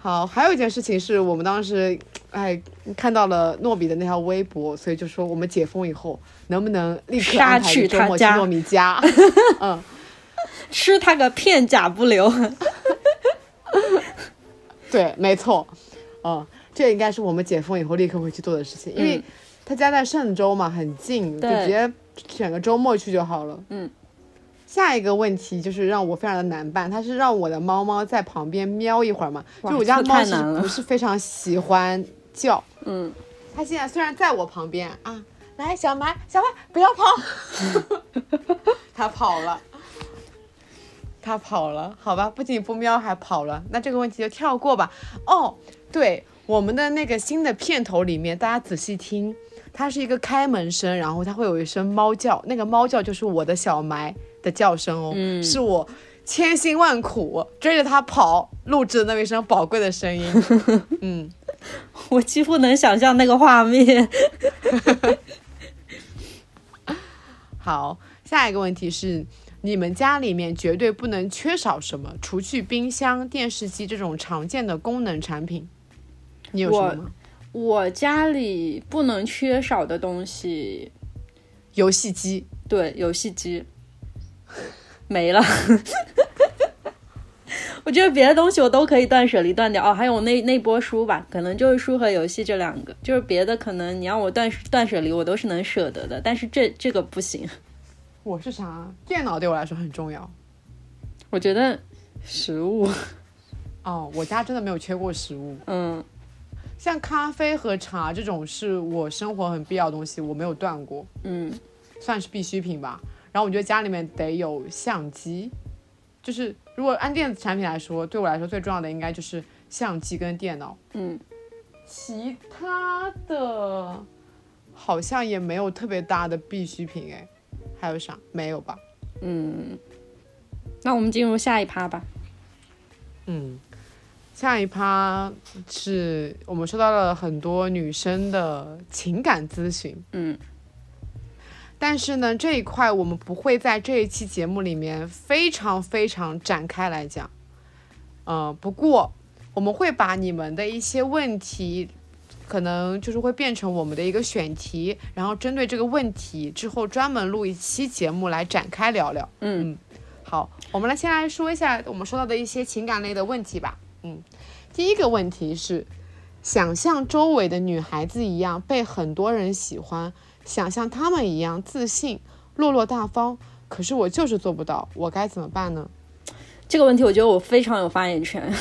Speaker 2: 好，还有一件事情是我们当时，哎，看到了诺比的那条微博，所以就说我们解封以后能不能立刻
Speaker 3: 杀
Speaker 2: 安排一
Speaker 3: 去
Speaker 2: 个周
Speaker 3: 他
Speaker 2: 末去
Speaker 3: 家
Speaker 2: 糯米家？嗯，
Speaker 3: 吃他个片甲不 (laughs) 留。
Speaker 2: 对，没错，嗯，这应该是我们解封以后立刻会去做的事情，因为
Speaker 3: 嗯
Speaker 2: 他家在嵊州嘛，很近，就
Speaker 3: 对
Speaker 2: 直接选个周末去就好了。
Speaker 3: 嗯。
Speaker 2: 下一个问题就是让我非常的难办，它是让我的猫猫在旁边喵一会儿嘛，
Speaker 3: 哇
Speaker 2: 就我家
Speaker 3: 这
Speaker 2: 猫
Speaker 3: 太
Speaker 2: 其
Speaker 3: 难
Speaker 2: 实
Speaker 3: 了
Speaker 2: 不是非常喜欢叫，
Speaker 3: 嗯，
Speaker 2: 它现在虽然在我旁边啊，来小蛮小蛮不要跑，它跑了。他跑了，好吧，不仅不喵还跑了，那这个问题就跳过吧。哦，对，我们的那个新的片头里面，大家仔细听，它是一个开门声，然后它会有一声猫叫，那个猫叫就是我的小埋的叫声哦，是我千辛万苦追着它跑录制的那么一声宝贵的声音。嗯，
Speaker 3: 我几乎能想象那个画面。
Speaker 2: 好，下一个问题是，你们家里面绝对不能缺少什么？除去冰箱、电视机这种常见的功能产品，你有什么
Speaker 3: 我
Speaker 2: 吗？
Speaker 3: 我家里不能缺少的东西，
Speaker 2: 游戏机，
Speaker 3: 对，游戏机没了。 (laughs) 我觉得别的东西我都可以断舍离断掉哦，还有那那波书吧，可能就是书和游戏这两个，就是别的可能你让我断断舍离，我都是能舍得的，但是这这个不行，
Speaker 2: 我是啥？电脑对我来说很重要。
Speaker 3: 我觉得食物，
Speaker 2: 哦，我家真的没有缺过食物，
Speaker 3: 嗯，
Speaker 2: 像咖啡和茶这种是我生活很必要的东西，我没有断过，
Speaker 3: 嗯，
Speaker 2: 算是必需品吧。然后我觉得家里面得有相机，就是如果按电子产品来说，对我来说最重要的应该就是相机跟电脑。
Speaker 3: 嗯，
Speaker 2: 其他的好像也没有特别大的必需品哎，还有啥？没有吧？
Speaker 3: 那我们进入下一趴吧。
Speaker 2: 嗯，下一趴是我们收到了很多女生的情感咨询，
Speaker 3: 嗯，
Speaker 2: 但是呢，这一块我们不会在这一期节目里面非常非常展开来讲。嗯、不过我们会把你们的一些问题，可能就是会变成我们的一个选题，然后针对这个问题之后专门录一期节目来展开聊聊。
Speaker 3: 嗯
Speaker 2: 好，我们来先来说一下我们收到的一些情感类的问题吧。嗯，第一个问题是，想像周围的女孩子一样被很多人喜欢，想像她们一样自信、落落大方，可是我就是做不到，我该怎么办呢？
Speaker 3: 这个问题我觉得我非常有发言权。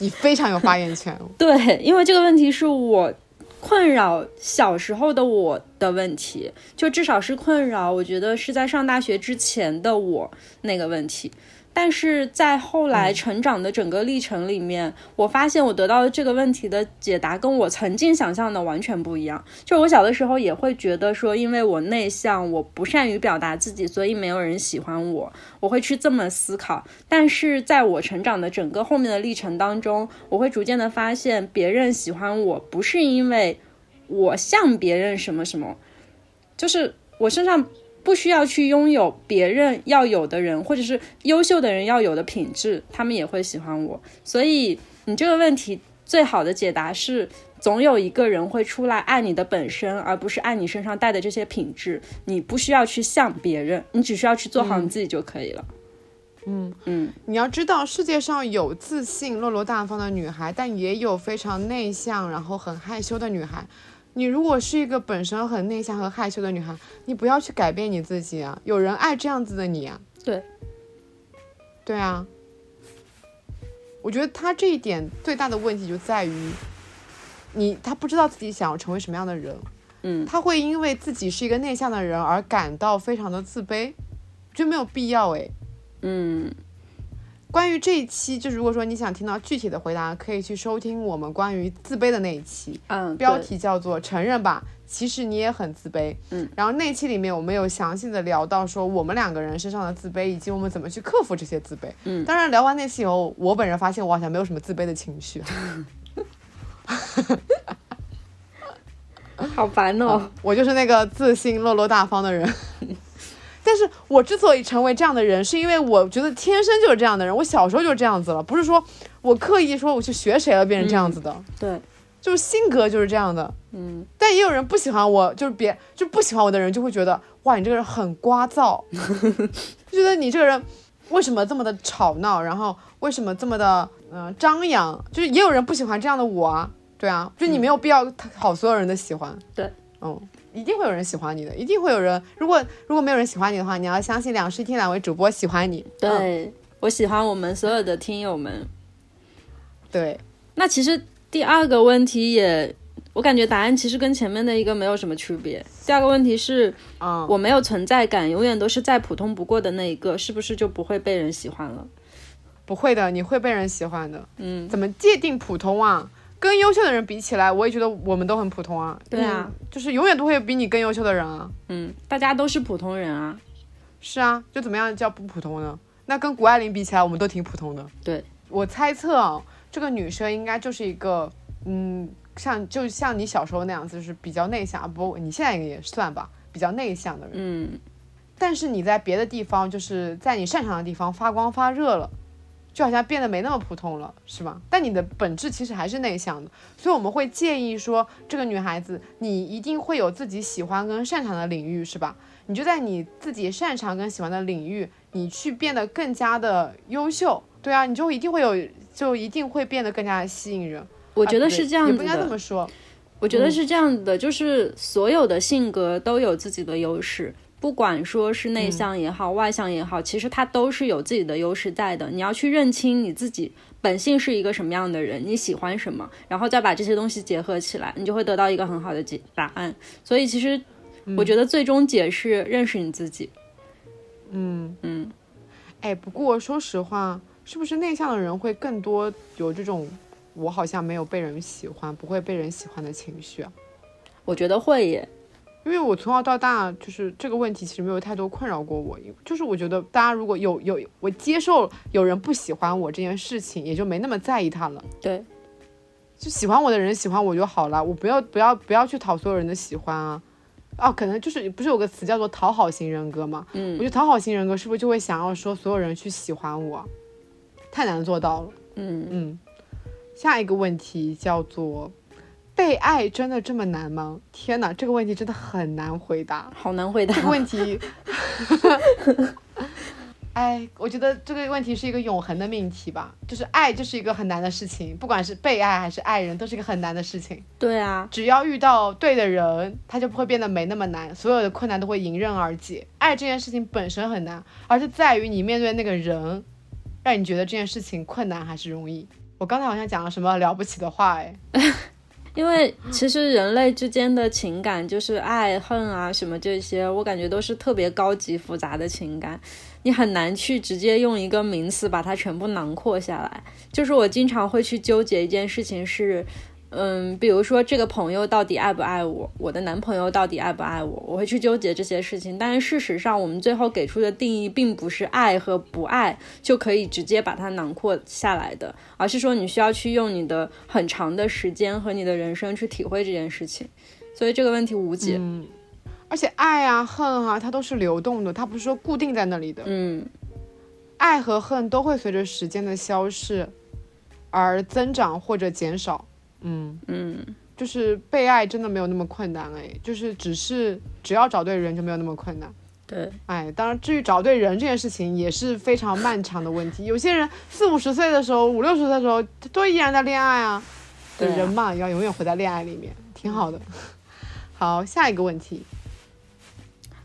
Speaker 2: 你非常有发言权，哦
Speaker 3: 对，因为这个问题是我困扰小时候的我的问题，就至少是困扰，我觉得是在上大学之前的我那个问题。但是在后来成长的整个历程里面，我发现我得到这个问题的解答跟我曾经想象的完全不一样。就我小的时候也会觉得说，因为我内向，我不善于表达自己，所以没有人喜欢我。我会去这么思考。但是在我成长的整个后面的历程当中，我会逐渐的发现，别人喜欢我不是因为我像别人什么什么，就是我身上不需要去拥有别人要有的人，或者是优秀的人要有的品质，他们也会喜欢我。所以你这个问题最好的解答是。总有一个人会出来爱你的本身，而不是爱你身上带的这些品质。你不需要去像别人，你只需要去做好你自己就可以了。
Speaker 2: (laughs) 你要知道，世界上有自信、落落大方的女孩，但也有非常内向，然后很害羞的女孩。你如果是一个本身很内向和害羞的女孩，你不要去改变你自己啊！有人爱这样子的你啊。
Speaker 3: 对，
Speaker 2: 对啊。我觉得他这一点最大的问题就在于，你他不知道自己想要成为什么样的人，
Speaker 3: 嗯
Speaker 2: 他会因为自己是一个内向的人而感到非常的自卑，我觉得没有必要诶。
Speaker 3: 嗯
Speaker 2: 关于这一期，就如果说你想听到具体的回答，可以去收听我们关于自卑的那一期，
Speaker 3: 嗯，
Speaker 2: 标
Speaker 3: 对
Speaker 2: 题叫做“承认吧，其实你也很自卑”。
Speaker 3: 嗯，
Speaker 2: 然后那期里面我们有详细的聊到说我们两个人身上的自卑，以及我们怎么去克服这些自卑。
Speaker 3: 嗯
Speaker 2: 当然聊完那期以后，我本人发现我好像没有什么自卑的情绪。 (laughs)
Speaker 3: 好烦哦。
Speaker 2: 我就是那个自信、落落大方的人。 (laughs) 但是我之所以成为这样的人，是因为我觉得天生就是这样的人。我小时候就是这样子了，不是说我刻意说我去学谁了变成这样子的，
Speaker 3: 对，
Speaker 2: 就是性格就是这样的。
Speaker 3: 嗯，
Speaker 2: 但也有人不喜欢我，就是别就不喜欢我的人就会觉得哇，你这个人很聒
Speaker 3: (laughs)
Speaker 2: 噪，就觉得你这个人为什么这么的吵闹，然后为什么这么的嗯、呃张扬，就是也有人不喜欢这样的我啊，对啊，就你没有必要讨所有人的喜欢，
Speaker 3: 对，
Speaker 2: 嗯。一定会有人喜欢你的，一定会有人。如果如果没有人喜欢你的话，你要相信两室一厅两位主播喜欢你。嗯
Speaker 3: 对、我喜欢我们所有的听友们。
Speaker 2: 对，
Speaker 3: 那其实第二个问题也我感觉答案其实跟前面的一个没有什么区别。第二个问题是，
Speaker 2: 啊、
Speaker 3: 我没有存在感，永远都是再普通不过的那一个，是不是就不会被人喜欢了？
Speaker 2: 不会的，你会被人喜欢的。嗯，怎么界定普通啊？跟优秀的人比起来，我也觉得我们都很普通啊。
Speaker 3: 对啊
Speaker 2: 嗯就是永远都会有比你更优秀的人啊。
Speaker 3: 嗯，大家都是普通人啊。
Speaker 2: 是啊，就怎么样叫不普通呢？那跟谷爱凌比起来，我们都挺普通的。
Speaker 3: 对，
Speaker 2: 我猜测啊，这个女生应该就是一个，嗯，像就像你小时候那样子，就是比较内向啊。不，你现在也算吧，比较内向的人。
Speaker 3: 嗯，
Speaker 2: 但是你在别的地方，就是在你擅长的地方发光发热了，就好像变得没那么普通了，是吗？但你的本质其实还是内向的，所以我们会建议说，这个女孩子你一定会有自己喜欢跟擅长的领域，是吧？你就在你自己擅长跟喜欢的领域，你去变得更加的优秀，对啊，你就一定会有，就一定会变得更加的吸引人。
Speaker 3: 我
Speaker 2: 啊
Speaker 3: 觉得
Speaker 2: 不对
Speaker 3: 是这样子
Speaker 2: 也不应该这
Speaker 3: 的。
Speaker 2: 么说。
Speaker 3: 我觉得是这样的，就是所有的性格都有自己的优势，不管说是内向也好，外向也好，其实它都是有自己的优势在的。你要去认清你自己本性是一个什么样的人，你喜欢什么，然后再把这些东西结合起来，你就会得到一个很好的解答案。所以其实我觉得最终解是认识你自己。嗯
Speaker 2: 哎，不过说实话，是不是内向的人会更多有这种“我好像没有被人喜欢，不会被人喜欢”的情绪啊？
Speaker 3: 我觉得会耶，
Speaker 2: 因为我从小到大就是这个问题，其实没有太多困扰过我。因为就是我觉得大家如果有有我接受有人不喜欢我这件事情，也就没那么在意他了。
Speaker 3: 对，
Speaker 2: 就喜欢我的人喜欢我就好了，我不要不要不要去讨所有人的喜欢啊。哦，可能就是不是有个词叫做讨好型人格嘛？嗯，我觉得讨好型人格是不是就会想要说所有人去喜欢我？太难做到了。
Speaker 3: 嗯，
Speaker 2: 嗯，下一个问题叫做“被爱真的这么难吗？”天哪，这个问题真的很难回答。
Speaker 3: 好难回答 (laughs)
Speaker 2: 这。个问题，哎，我觉得这个问题是一个永恒的命题吧。就是爱，就是一个很难的事情，不管是被爱还是爱人，都是一个很难的事情。
Speaker 3: 对啊，
Speaker 2: 只要遇到对的人，他就不会变得没那么难，所有的困难都会迎刃而解。爱这件事情本身很难，而是在于你面对那个人，让你觉得这件事情困难还是容易。我刚才好像讲了什么了不起的话，哎，
Speaker 3: 因为其实人类之间的情感，就是爱恨啊什么这些，我感觉都是特别高级复杂的情感，你很难去直接用一个名词把它全部囊括下来。就是我经常会去纠结一件事情是。嗯，比如说这个朋友到底爱不爱我，我的男朋友到底爱不爱我，我会去纠结这些事情。但是事实上，我们最后给出的定义并不是爱和不爱就可以直接把它囊括下来的，而是说你需要去用你的很长的时间和你的人生去体会这件事情。所以这个问题无解。
Speaker 2: 嗯，而且爱啊、恨啊，它都是流动的，它不是说固定在那里的。
Speaker 3: 嗯
Speaker 2: 爱和恨都会随着时间的消逝而增长或者减少。嗯，
Speaker 3: 嗯，
Speaker 2: 就是被爱真的没有那么困难哎，就是只是只要找对人就没有那么困难。
Speaker 3: 对，
Speaker 2: 哎，当然，至于找对人这件事情也是非常漫长的问题。有些人四五十岁的时候，五六十岁的时候，都依然在恋爱啊。
Speaker 3: 对啊
Speaker 2: 人嘛，要永远活在恋爱里面，挺好的。好，下一个问题，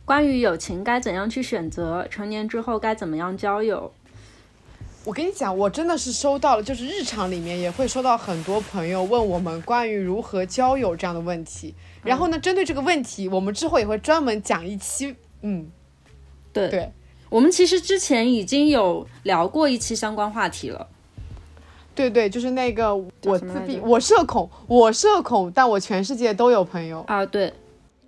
Speaker 3: 关于友情该怎样去选择，成年之后该怎么样交友？
Speaker 2: 我跟你讲，我真的是收到了，就是日常里面也会收到很多朋友问我们关于如何交友这样的问题。然后呢，
Speaker 3: 嗯
Speaker 2: 针对这个问题，我们之后也会专门讲一期。嗯，
Speaker 3: 对
Speaker 2: 对
Speaker 3: 我们其实之前已经有聊过一期相关话题了。
Speaker 2: 对对，就是那个
Speaker 3: 叫
Speaker 2: 我
Speaker 3: 什么
Speaker 2: 自
Speaker 3: 来
Speaker 2: 闭，
Speaker 3: 着
Speaker 2: 我社恐，我社恐，但我全世界都有朋友。
Speaker 3: 啊，对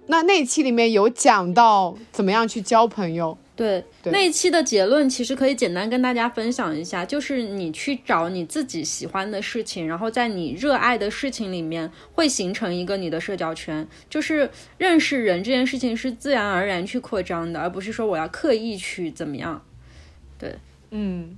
Speaker 2: 那那期里面有讲到怎么样去交朋友，
Speaker 3: 对，
Speaker 2: 对
Speaker 3: 那一期的结论其实可以简单跟大家分享一下，就是你去找你自己喜欢的事情，然后在你热爱的事情里面会形成一个你的社交圈，就是认识人这件事情是自然而然去扩张的，而不是说我要刻意去怎么样。
Speaker 2: 嗯，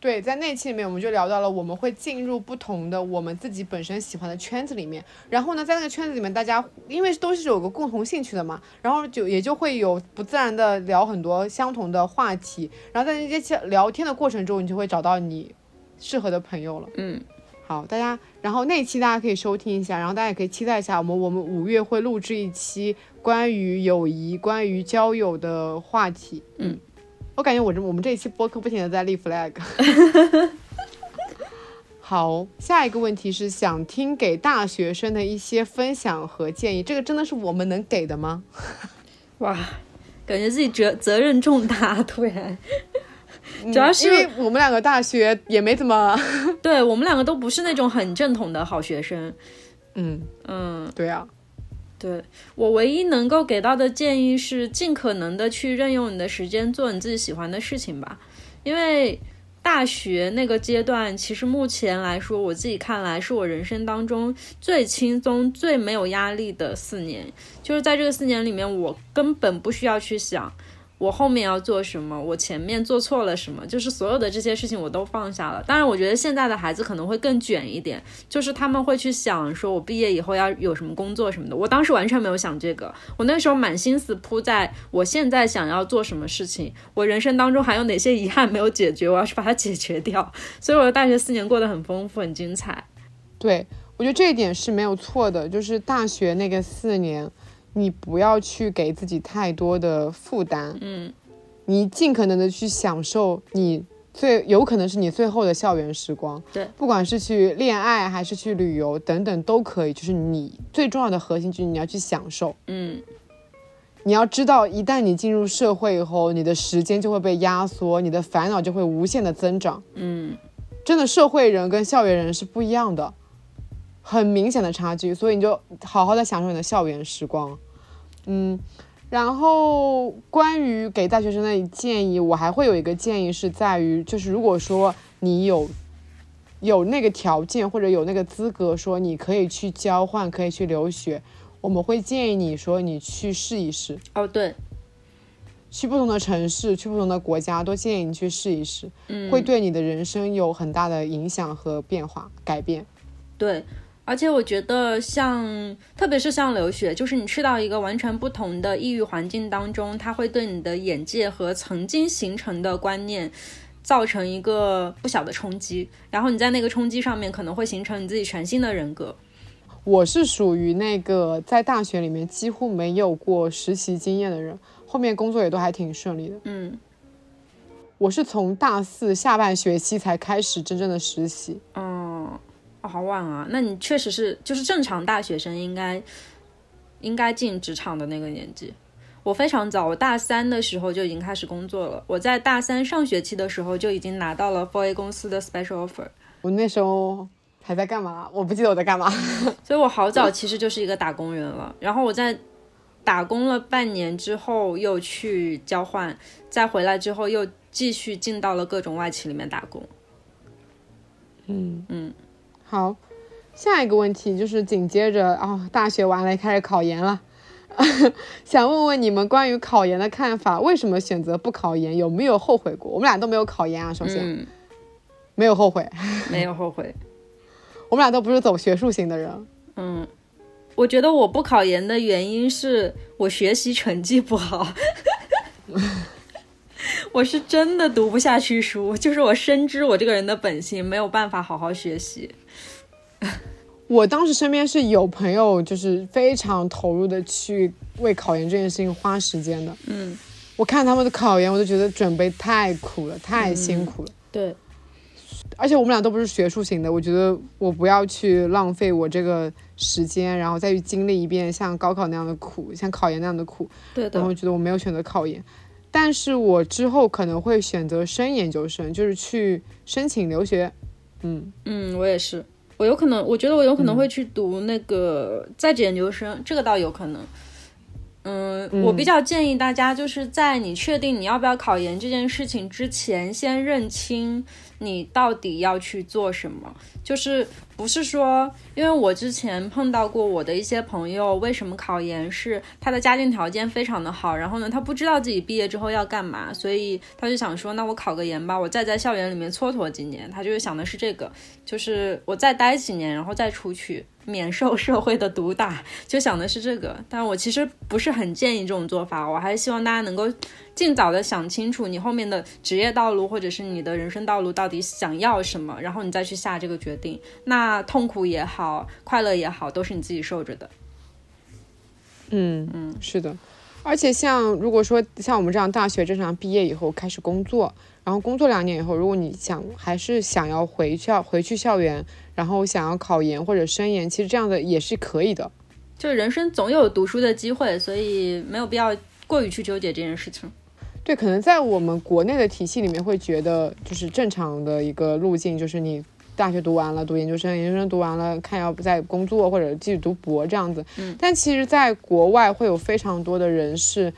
Speaker 2: 对，在那期里面我们就聊到了，我们会进入不同的我们自己本身喜欢的圈子里面，然后呢，在那个圈子里面，大家因为都是有个共同兴趣的嘛，然后就也就会有不自然的聊很多相同的话题，然后在这些聊天的过程中，你就会找到你适合的朋友了。
Speaker 3: 嗯，
Speaker 2: 好，大家，然后那一期大家可以收听一下，然后大家也可以期待一下，我们我们五月会录制一期关于友谊、关于交友的话题。
Speaker 3: 嗯， (laughs)
Speaker 2: 我感觉我这我们这一期播客不停的在立 flag。好，下一个问题是想听给大学生的一些分享和建议，这个真的是我们能给的吗？
Speaker 3: 哇，感觉自己责责任重大，突然。 (laughs) 主要
Speaker 2: 嗯
Speaker 3: 是
Speaker 2: 因为我们两个大学也没怎么，
Speaker 3: 对我们两个都不是那种很正统的好学生。
Speaker 2: 嗯，
Speaker 3: 嗯，
Speaker 2: (laughs) 对啊，
Speaker 3: 对我唯一能够给到的建议是，尽可能的去任用你的时间做你自己喜欢的事情吧，因为大学那个阶段，其实目前来说，我自己看来是我人生当中最轻松、最没有压力的四年。就是在这个四年里面，我根本不需要去想我后面要做什么，我前面做错了什么，就是所有的这些事情我都放下了。当然，我觉得现在的孩子可能会更卷一点，就是他们会去想说我毕业以后要有什么工作什么的。我当时完全没有想这个，我那时候满心思扑在我现在想要做什么事情，我人生当中还有哪些遗憾没有解决，我要去把它解决掉。所以我的大学四年过得很丰富，很精彩。
Speaker 2: 对，我觉得这一点是没有错的，就是大学那个四年，你不要去给自己太多的负担，
Speaker 3: 嗯，
Speaker 2: 你尽可能的去享受你最有可能是你最后的校园时光，
Speaker 3: 对
Speaker 2: 不管是去恋爱还是去旅游等等都可以，就是你最重要的核心就是你要去享受，
Speaker 3: 嗯，
Speaker 2: 你要知道，一旦你进入社会以后，你的时间就会被压缩，你的烦恼就会无限的增长。
Speaker 3: 嗯，
Speaker 2: 真的，社会人跟校园人是不一样的，很明显的差距。所以你就好好的享受你的校园时光。嗯，然后关于给大学生的建议，我还会有一个建议是在于，就是如果说你有有那个条件或者有那个资格，说你可以去交换，可以去留学，我们会建议你说你去试一试。
Speaker 3: 哦对，
Speaker 2: 去不同的城市，去不同的国家，都建议你去试一试，
Speaker 3: 嗯，
Speaker 2: 会对你的人生有很大的影响和变化、改变。
Speaker 3: 对，而且我觉得像，特别是像留学，就是你去到一个完全不同的异域环境当中，它会对你的眼界和曾经形成的观念。造成一个不小的冲击，然后你在那个冲击上面可能会形成你自己全新的人格。
Speaker 2: 我是属于那个在大学里面几乎没有过实习经验的人，后面工作也都还挺顺利的。
Speaker 3: 嗯
Speaker 2: 我是从大四下半学期才开始真正的实习，
Speaker 3: 哦，哦好晚啊！那你确实是，就是正常大学生应该应该进职场的那个年纪。我非常早，我大三的时候就已经开始工作了。我在大三上学期的时候就已经拿到了 4A 公司的 special offer，
Speaker 2: 我那时候还在干嘛？我不记得我在干嘛。
Speaker 3: 所以我好早其实就是一个打工人了。然后我在打工了半年之后，又去交换，再回来之后又继续进到了各种外企里面打工。
Speaker 2: 嗯
Speaker 3: 嗯，
Speaker 2: 好，下一个问题就是紧接着啊、哦，大学完了开始考研了， (laughs) 想问问你们关于考研的看法，为什么选择不考研？有没有后悔过？我们俩都没有考研啊，首先、
Speaker 3: 嗯，
Speaker 2: 没有后悔，
Speaker 3: 没有后悔。
Speaker 2: 我们俩都不是走学术型的人。
Speaker 3: 嗯，我觉得我不考研的原因是我学习成绩不好，我是真的读不下去书，就是我深知我这个人的本性没有办法好好学习。
Speaker 2: 我当时身边是有朋友，就是非常投入的去为考研这件事情花时间的。
Speaker 3: 嗯，
Speaker 2: 我看他们的考研，我就觉得准备太苦了，太辛苦了。
Speaker 3: 对，
Speaker 2: 而且我们俩都不是学术型的，我觉得我不要去浪费我这个时间，然后再去经历一遍像高考那样的苦，像考研那样的苦，
Speaker 3: 对
Speaker 2: 然后
Speaker 3: 的，
Speaker 2: 觉得我没有选择考研，但是我之后可能会选择升研究生，就是去申请留学。嗯，
Speaker 3: 嗯，我也是，我有可能，我觉得我有可能会去读那个在职研究生，这个倒有可能。嗯，我比较建议大家就是在你确定你要不要考研这件事情之前，先认清你到底要去做什么。就是不是说，因为我之前碰到过我的一些朋友，为什么考研是他的家境条件非常的好，然后呢，他不知道自己毕业之后要干嘛，所以他就想说，那我考个研吧，我再在校园里面蹉跎几年。他就是想的是这个，就是我再待几年，然后再出去，免受社会的毒打，就想的是这个。但我其实不是很建议这种做法，我还是希望大家能够尽早的想清楚你后面的职业道路或者是你的人生道路到底想要什么，然后你再去下这个决定。那痛苦也好，快乐也好，都是你自己受着的。
Speaker 2: 嗯嗯，是的。而且像如果说像我们这样大学正常毕业以后开始工作，然然后工作两年以后，如果你想还是想要回校回去校园，然后想要考研或者升研，其实这样的也是可以的。
Speaker 3: 就人生总有读书的机会，所以没有必要过于去纠结这件事情。
Speaker 2: 对，可能在我们国内的体系里面会觉得，就是正常的一个路径，就是你大学读完了，读研究生，研究生读完了，看要不再工作或者继续读博这样子。
Speaker 3: 嗯
Speaker 2: 但其实，在国外会有非常多的人是，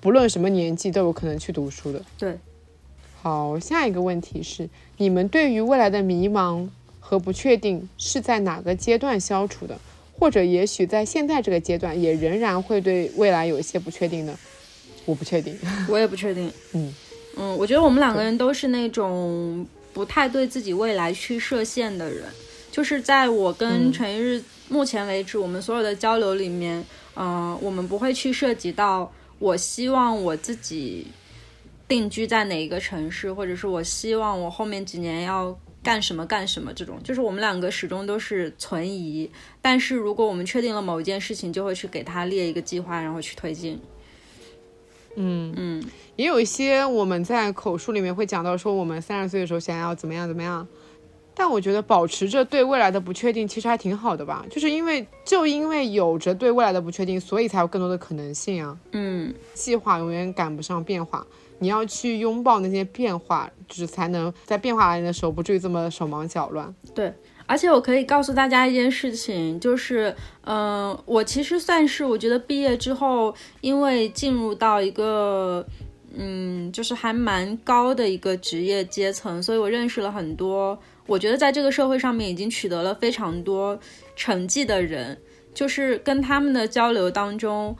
Speaker 2: 不论什么年纪都有可能去读书的。
Speaker 3: 对，
Speaker 2: 好，下一个问题是，你们对于未来的迷茫和不确定是在哪个阶段消除的？或者也许在现在这个阶段，也仍然会对未来有一些不确定呢？我不确定。
Speaker 3: 我也不确定。
Speaker 2: 嗯
Speaker 3: 嗯，我觉得我们两个人都是那种不太对自己未来去设限的人。就是在我跟陈一日目前为止，我们所有的交流里面，呃，我们不会去涉及到我希望我自己定居在哪一个城市，或者是我希望我后面几年要干什么干什么这种。就是我们两个始终都是存疑，但是如果我们确定了某一件事情，就会去给它列一个计划，然后去推进。
Speaker 2: 嗯，
Speaker 3: 嗯，
Speaker 2: 也有一些我们在口述里面会讲到说，我们三十岁的时候想要怎么样怎么样，但我觉得保持着对未来的不确定，其实还挺好的吧。就是因为就因为有着对未来的不确定，所以才有更多的可能性啊。
Speaker 3: 嗯。
Speaker 2: 计划永远赶不上变化，你要去拥抱那些变化，就是才能在变化来临的时候不至于这么手忙脚乱。
Speaker 3: 而且我可以告诉大家一件事情，就是，嗯、我其实算是我觉得毕业之后，因为进入到一个，嗯，就是还蛮高的一个职业阶层，所以我认识了很多，我觉得在这个社会上面已经取得了非常多成绩的人，就是跟他们的交流当中。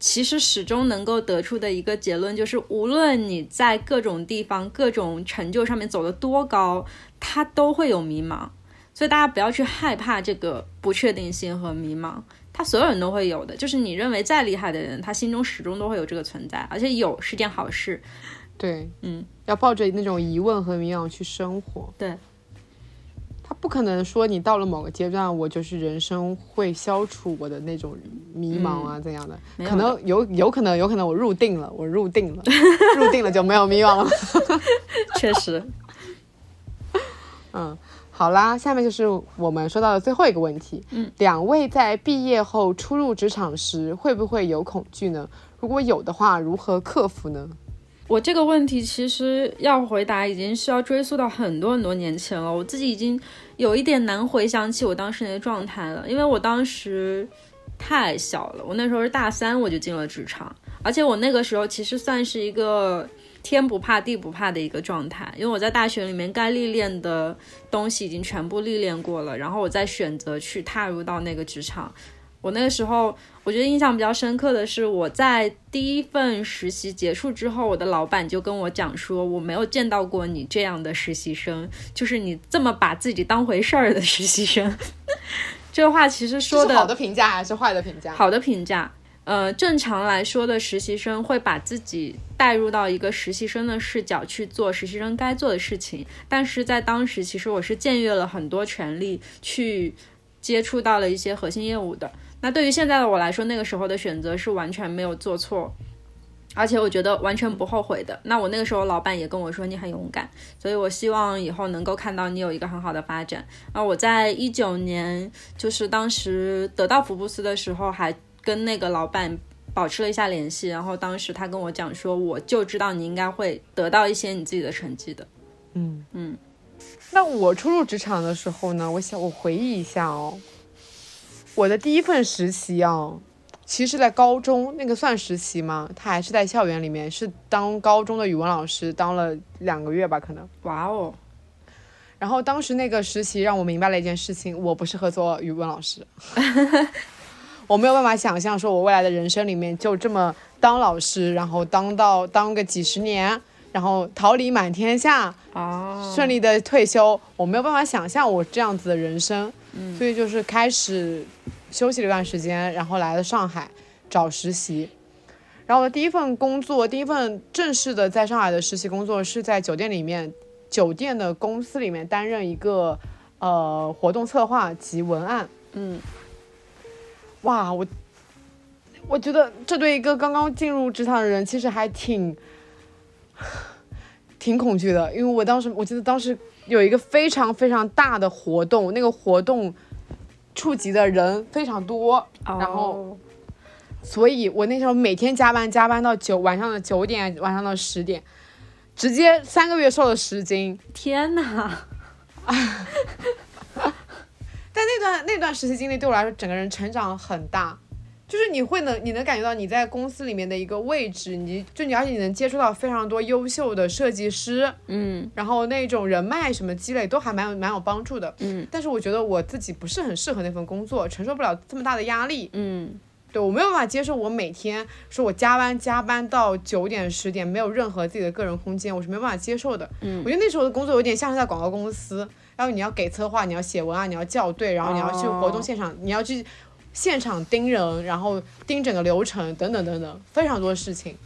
Speaker 3: 其实始终能够得出的一个结论就是，无论你在各种地方、各种成就上面走得多高，它都会有迷茫。所以大家不要去害怕这个不确定性和迷茫，他所有人都会有的。就是你认为再厉害的人，他心中始终都会有这个存在，而且有是件好事。
Speaker 2: 对，
Speaker 3: 嗯，
Speaker 2: 要抱着那种疑问和迷茫去生活。
Speaker 3: 对，
Speaker 2: 他不可能说你到了某个阶段，我就是人生会消除我的那种迷茫啊，怎样的？
Speaker 3: 嗯没有
Speaker 2: 可能有有可能有可能我入定了，我入定了， (laughs) 入定了就没有迷茫了。
Speaker 3: 确实，
Speaker 2: 嗯，好啦，下面就是我们说到的最后一个问题。
Speaker 3: 嗯，
Speaker 2: 两位在毕业后初入职场时，会不会有恐惧呢？如果有的话，如何克服呢？
Speaker 3: (laughs) 我这个问题其实要回答，已经是要追溯到很多很多年前了。我自己已经有一点难回想起我当时的状态了，因为我当时太小了，我那时候是大三我就进了职场，而且我那个时候其实算是一个天不怕地不怕的一个状态，因为我在大学里面该历练的东西已经全部历练过了，然后我再选择去踏入到那个职场。我那个时候，我觉得印象比较深刻的是，我在第一份实习结束之后，我的老板就跟我讲说，我没有见到过你这样的实习生，就是你这么把自己当回事儿的实习生。 (laughs) 这话其实说
Speaker 2: 这
Speaker 3: 的
Speaker 2: 是好的评价还是坏的评价？
Speaker 3: 好的评价。呃，正常来说的实习生会把自己带入到一个实习生的视角去做实习生该做的事情，但是在当时，其实我是僭越了很多权利去接触到了一些核心业务的。那对于现在的我来说，那个时候的选择是完全没有做错，而且我觉得完全不后悔的。那我那个时候老板也跟我说你很勇敢，所以我希望以后能够看到你有一个很好的发展。那我在一九年就是当时得到福布斯的时候，还跟那个老板保持了一下联系，然后当时他跟我讲说，我就知道你应该会得到一些你自己的成绩的。
Speaker 2: 嗯
Speaker 3: 嗯。
Speaker 2: 那我初入职场的时候呢，我想我回忆一下哦，我的第一份实习啊，其实在高中那个算实习吗？他还是在校园里面，是当高中的语文老师，当了两个月吧，可能。
Speaker 3: 哇哦，
Speaker 2: 然后当时那个实习让我明白了一件事情，我不适合做语文老师，我没有办法想象说我未来的人生里面就这么当老师，然后当到当个几十年，然后桃李满天下，
Speaker 3: 哦，
Speaker 2: 顺利的退休，我没有办法想象我这样子的人生，所以就是开始休息了一段时间，然后来了上海找实习。然后我的第一份工作，第一份正式的在上海的实习工作是在酒店里面，酒店的公司里面担任一个呃活动策划及文案。
Speaker 3: 嗯，
Speaker 2: 哇，我我觉得这对一个刚刚进入职场的人其实还挺挺恐惧的，因为我当时我记得当时有一个非常非常大的活动，那个活动触及的人非常多，然后
Speaker 3: 哦
Speaker 2: 所以我那时候每天加班，加班到九晚上的九点，晚上的十点，直接三个月瘦了十斤。
Speaker 3: 天哪，
Speaker 2: 但那段那段实习经历对我来说，整个人成长很大，就是你会能你能感觉到你在公司里面的一个位置，你就你而且你能接触到非常多优秀的设计师，
Speaker 3: 嗯，
Speaker 2: 然后那种人脉什么积累都还蛮有蛮有帮助的，嗯。但是我觉得我自己不是很适合那份工作，承受不了这么大的压力，
Speaker 3: 嗯，
Speaker 2: 对我没有办法接受，我每天说我加班加班到九点十点，没有任何自己的个人空间，我是没有办法接受的。嗯，我觉得那时候的工作有点像是在广告公司，然后你要给策划，你要写文案，你要校对，然后你要去活动现场，你要去现场盯人，然后盯整个流程等等等等，非常多事情，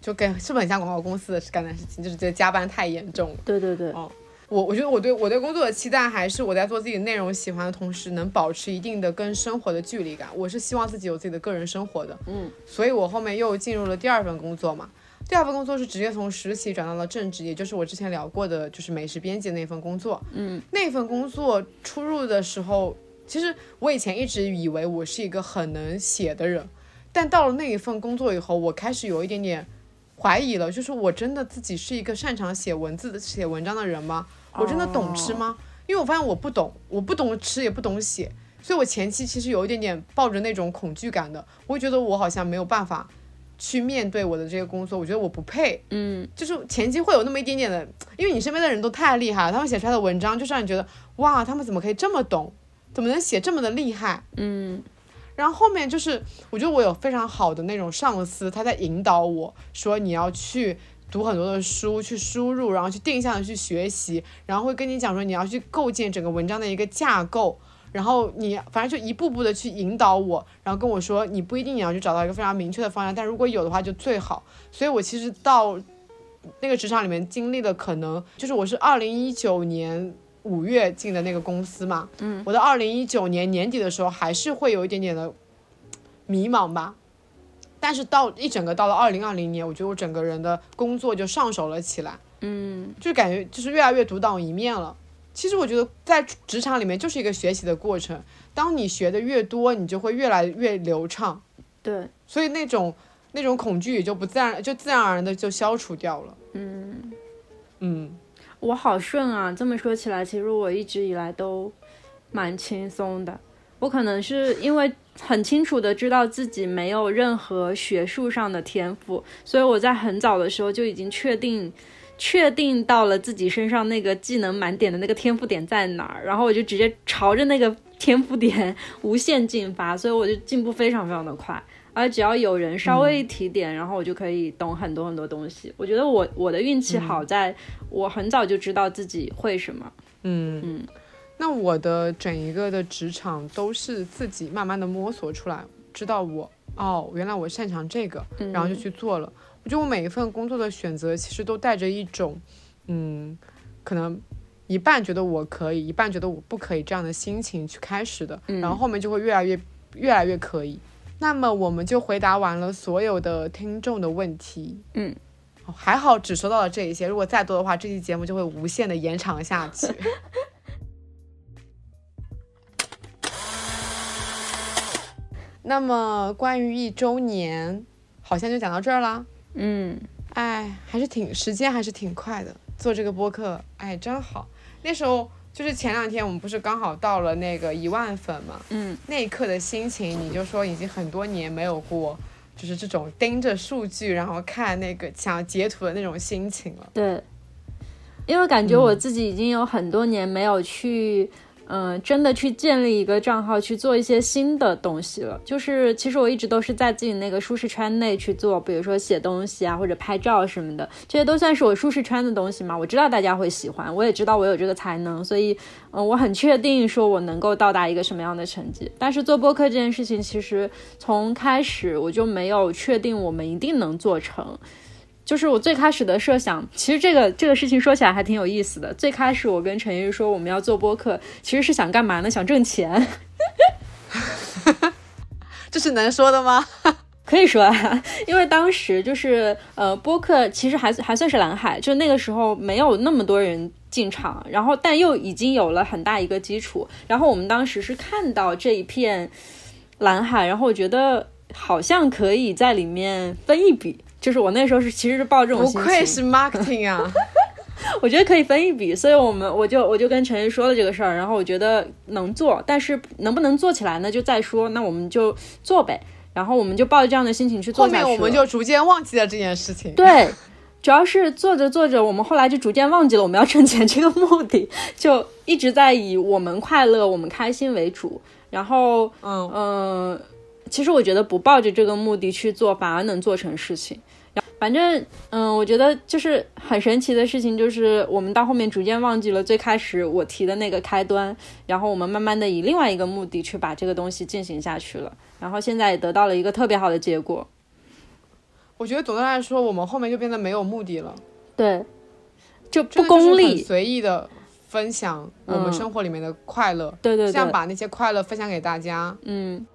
Speaker 2: 就跟是不是很像广告公司的干的事情？就是觉得加班太严重了。
Speaker 3: 对对对，
Speaker 2: 哦我我觉得我对我对工作的期待还是我在做自己内容喜欢的同时，能保持一定的跟生活的距离感。我是希望自己有自己的个人生活的，
Speaker 3: 嗯，
Speaker 2: 所以我后面又进入了第二份工作嘛。第二份工作是直接从实习转到了正职，也就是我之前聊过的，就是美食编辑那份工作。嗯，那份工作出入的时候，其实我以前一直以为我是一个很能写的人，但到了那一份工作以后，我开始有一点点怀疑了，就是我真的自己是一个擅长写文字的、写文章的人吗？我真的懂吃吗？因为我发现我不懂，我不懂吃也不懂写，所以我前期其实有一点点抱着那种恐惧感的，我会觉得我好像没有办法去面对我的这个工作，我觉得我不配，
Speaker 3: 嗯，
Speaker 2: 就是前期会有那么一点点的，因为你身边的人都太厉害了，他们写出来的文章就是让你觉得哇，他们怎么可以这么懂，怎么能写这么的厉害？
Speaker 3: 嗯，
Speaker 2: 然后后面就是，我觉得我有非常好的那种上司，他在引导我说你要去读很多的书，去输入，然后去定向的去学习，然后会跟你讲说你要去构建整个文章的一个架构，然后你反正就一步步的去引导我，然后跟我说你不一定你要去找到一个非常明确的方向，但如果有的话就最好。所以我其实到那个职场里面经历了，可能就是我是二零一九年五月进的那个公司嘛，嗯，我到二零一九年年底的时候还是会有一点点的迷茫吧。但是到一整个到了二零二零年，我觉得我整个人的工作就上手了起来，嗯，就感觉就是越来越独当一面了。其实我觉得在职场里面就是一个学习的过程，当你学的越多，你就会越来越流畅，
Speaker 3: 对，
Speaker 2: 所以那种那种恐惧也就不自然就自然而然的就消除掉了。嗯嗯，
Speaker 3: 我好顺啊！这么说起来，其实我一直以来都蛮轻松的。我可能是因为很清楚的知道自己没有任何学术上的天赋，所以我在很早的时候就已经确定。确定到了自己身上那个技能满点的那个天赋点在哪儿，然后我就直接朝着那个天赋点 (laughs) 无限进发，所以我就进步非常非常的快。而只要有人稍微提点，然后我就可以懂很多很多东西。我觉得我我的运气好在，我很早就知道自己会什么。
Speaker 2: 那我的整一个的职场都是自己慢慢的摸索出来，知道我哦，原来我擅长这个，然后就去做了。我觉得我每一份工作的选择其实都带着一种，嗯，可能一半觉得我可以，一半觉得我不可以这样的心情去开始的，然后后面就会越来越越来越可以。那么我们就回答完了所有的听众的问题，
Speaker 3: 嗯
Speaker 2: 哦，还好只收到了这一些，如果再多的话，这期节目就会无限的延长下去。那么关于一周年，好像就讲到这儿啦。
Speaker 3: 嗯，
Speaker 2: 哎，还是挺时间还是挺快的，做这个播客，哎，真好。那时候就是前两天我们不是刚好到了那个一万粉嘛，
Speaker 3: 嗯，
Speaker 2: 那一刻的心情，你就说已经很多年没有过，就是这种盯着数据然后看那个想要截图的那种心情了。
Speaker 3: 对，因为感觉我自己已经有很多年没有去，嗯、真的去建立一个账号去做一些新的东西了。就是其实我一直都是在自己那个舒适圈内去做，比如说写东西啊，或者拍照什么的，这些都算是我舒适圈的东西嘛。我知道大家会喜欢，我也知道我有这个才能，所以嗯、我很确定说我能够到达一个什么样的成绩。但是做播客这件事情，其实从开始我就没有确定我们一定能做成。就是我最开始的设想，其实这个这个事情说起来还挺有意思的。最开始我跟陈玉说我们要做播客，其实是想干嘛呢？想挣钱。
Speaker 2: 这是能说的吗？
Speaker 3: 可 (laughs) 可以说啊，因为当时就是呃，播客其实还还算是蓝海，就那个时候没有那么多人进场，然后但又已经有了很大一个基础。然后我们当时是看到这一片蓝海，然后我觉得好像可以在里面分一笔，就是我那时候是其实是抱这种
Speaker 2: 不
Speaker 3: 心情，
Speaker 2: 愧是 marketing 啊！
Speaker 3: 我觉得可以分一笔，所以我们我就我就跟陈晨说了这个事儿，然后我觉得能做，但是能不能做起来呢，就再说，那我们就做呗。然后我们就抱着这样的心情去 (laughs) 做
Speaker 2: 后
Speaker 3: 下
Speaker 2: 面
Speaker 3: 去了。
Speaker 2: 哎我们就逐渐忘记了这件事情。
Speaker 3: 对，主要是做着做着，我们后来就逐渐忘记了我们要挣钱这个目的，就一直在以我们快乐、我们开心为主。然后，
Speaker 2: 嗯
Speaker 3: 嗯、其实我觉得不抱着这个目的去做，反而能做成事情。反正，嗯，我觉得就是很神奇的事情，就是我们到后面逐渐忘记了最开始我提的那个开端，然后我们慢慢的以另外一个目的去把这个东西进行下去了，然后现在也得到了一个特别好的结果。
Speaker 2: 我觉得总的来说，我们后面就变得没有目的了，
Speaker 3: 对，就
Speaker 2: 真
Speaker 3: 不
Speaker 2: 的就是很
Speaker 3: 功利，
Speaker 2: 随意的分享我们
Speaker 3: 嗯
Speaker 2: 生活里面的快乐，
Speaker 3: 对对
Speaker 2: 这样
Speaker 3: 对，
Speaker 2: 把那些快乐分享给大家，
Speaker 3: 嗯，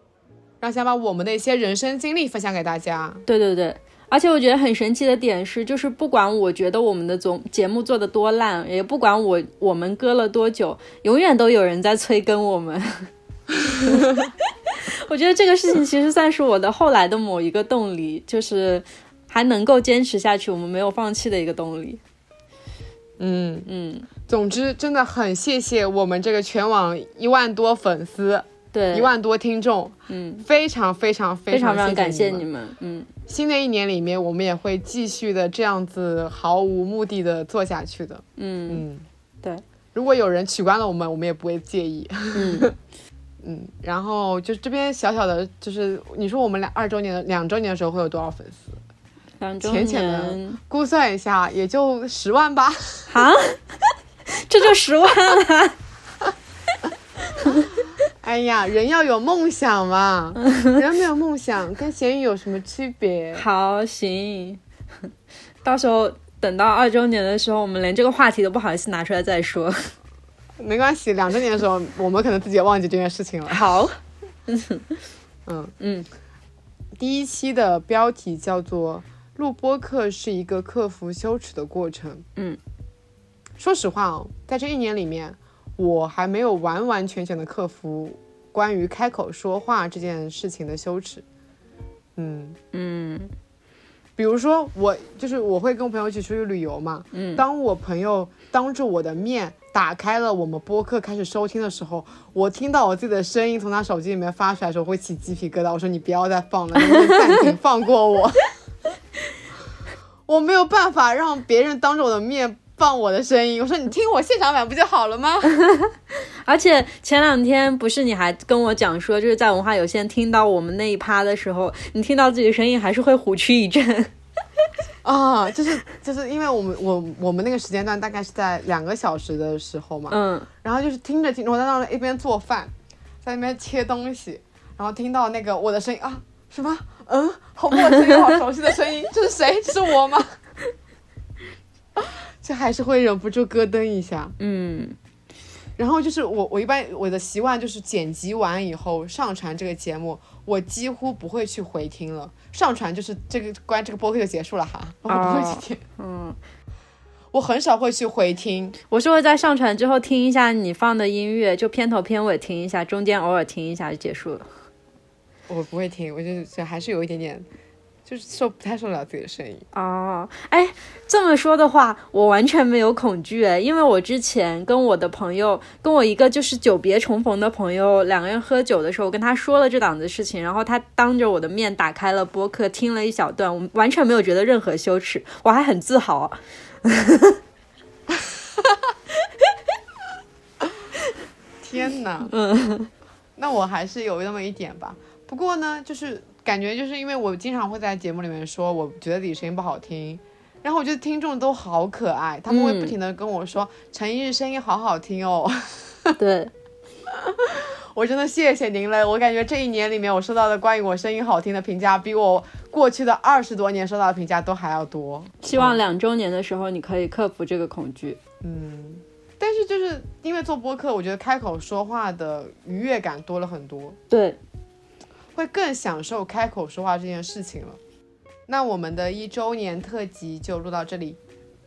Speaker 2: 让想把我们的一些人生经历分享给大家。
Speaker 3: 对对对。而且我觉得很神奇的点是，就是不管我觉得我们的总节目做的多烂，也不管我我们割了多久，永远都有人在催更我们。 (laughs) 我觉得这个事情其实算是我的后来的某一个动力，就是还能够坚持下去，我们没有放弃的一个动力。
Speaker 2: 嗯，
Speaker 3: 嗯，
Speaker 2: 总之真的很谢谢我们这个全网一万多粉丝、
Speaker 3: 对，
Speaker 2: 一，万多听众，
Speaker 3: 嗯，
Speaker 2: 非常非常非
Speaker 3: 非常
Speaker 2: 常
Speaker 3: 非常感
Speaker 2: 谢
Speaker 3: 谢你
Speaker 2: 们。
Speaker 3: 们，嗯，
Speaker 2: 新的一年里面，我们也会继续的这样子毫无目的的做下去的。
Speaker 3: 嗯，
Speaker 2: 嗯，
Speaker 3: 对。
Speaker 2: 如果有人取关了我们，我们也不会介意。
Speaker 3: 嗯，
Speaker 2: 嗯，然后就这边小小的，就是你说我们俩二周年的两周年的时候会有多少粉丝？
Speaker 3: 两周
Speaker 2: 浅
Speaker 3: 年，
Speaker 2: 浅的估算一下，也就十万
Speaker 3: (laughs)
Speaker 2: 吧。
Speaker 3: 啊，这就十万了。
Speaker 2: 哎呀，人要有梦想
Speaker 3: (laughs)
Speaker 2: 嘛，人没有梦想跟咸鱼有什么区别？
Speaker 3: 好，行，到时候等到二周年的时候，我们连这个话题都不好意思拿出来再说。
Speaker 2: 没关系，两周年的时候，我们可能自己也忘记这件事情了。
Speaker 3: 好，
Speaker 2: 嗯
Speaker 3: 嗯，
Speaker 2: 第一期的标题叫做“录播课是一个克服羞耻的过程”。
Speaker 3: 嗯，
Speaker 2: 说实话哦，在这一年里面，我还没有完完全全的克服关于开口说话这件事情的羞耻。嗯，
Speaker 3: 嗯
Speaker 2: 比如说我就是我会跟我朋友一起出去旅游嘛，
Speaker 3: 嗯
Speaker 2: 当我朋友当着我的面打开了我们播客开始收听的时候，我听到我自己的声音从他手机里面发出来的时候，会起鸡皮疙瘩。我说你不要再放了，你能不能暂停放过我。我没有办法让别人当着我的面放我的声音。我说你听我现场版不就好了吗？
Speaker 3: 而且前两天不是你还跟我讲说，就是在文化有限听到我们那一趴的时候，你听到自己的声音还是会虎躯一震。
Speaker 2: 啊，就是就是因为我们我我们那个时间段大概是在两个小时的时候嘛，
Speaker 3: 嗯
Speaker 2: 然后就是听着听着，我在那儿一边做饭，在那边切东西，然后听到那个我的声音啊，什么？ (laughs) 嗯，好陌生又好熟悉的声音，这是谁？这是我吗？ (laughs) 这还是会忍不住咯噔一下。
Speaker 3: 嗯
Speaker 2: 然后就是我，我一般我的习惯就是剪辑完以后上传这个节目，我几乎不会去回听了。上传就是这个关这个播客就结束了哈，我不会去听
Speaker 3: 嗯，
Speaker 2: 我很少会去回听。
Speaker 3: 我是会在上传之后听一下你放的音乐，就片头片尾听一下，中间偶尔听一下就结束了。
Speaker 2: 我不会听，我就就还是有一点点，就是受不太受得了自己的声音。
Speaker 3: 哦，哎，这么说的话，我完全没有恐惧哎，因为我之前跟我的朋友，跟我一个就是久别重逢的朋友，两个人喝酒的时候，我跟他说了这档子事情，然后他当着我的面打开了播客，听了一小段，我完全没有觉得任何羞耻，我还很自豪。啊
Speaker 2: 天哪， (laughs) 那我还是有那么一点吧。不过呢，就是感觉就是因为我经常会在节目里面说，我觉得自己声音不好听，然后我觉得听众都好可爱，他们会不停的跟我说、陈一日声音好好听哦，
Speaker 3: (laughs)
Speaker 2: (laughs)
Speaker 3: 对，
Speaker 2: 我真的谢谢您了。我感觉这一年里面我收到的关于我声音好听的评价，比我过去的二十多年收到的评价都还要多。
Speaker 3: 希望两周年的时候你可以克服这个恐惧。
Speaker 2: 嗯，但是就是因为做播客，我觉得开口说话的愉悦感多了很多。
Speaker 3: 对，
Speaker 2: 会更享受开口说话这件事情了。那我们的一周年特辑就录到这里，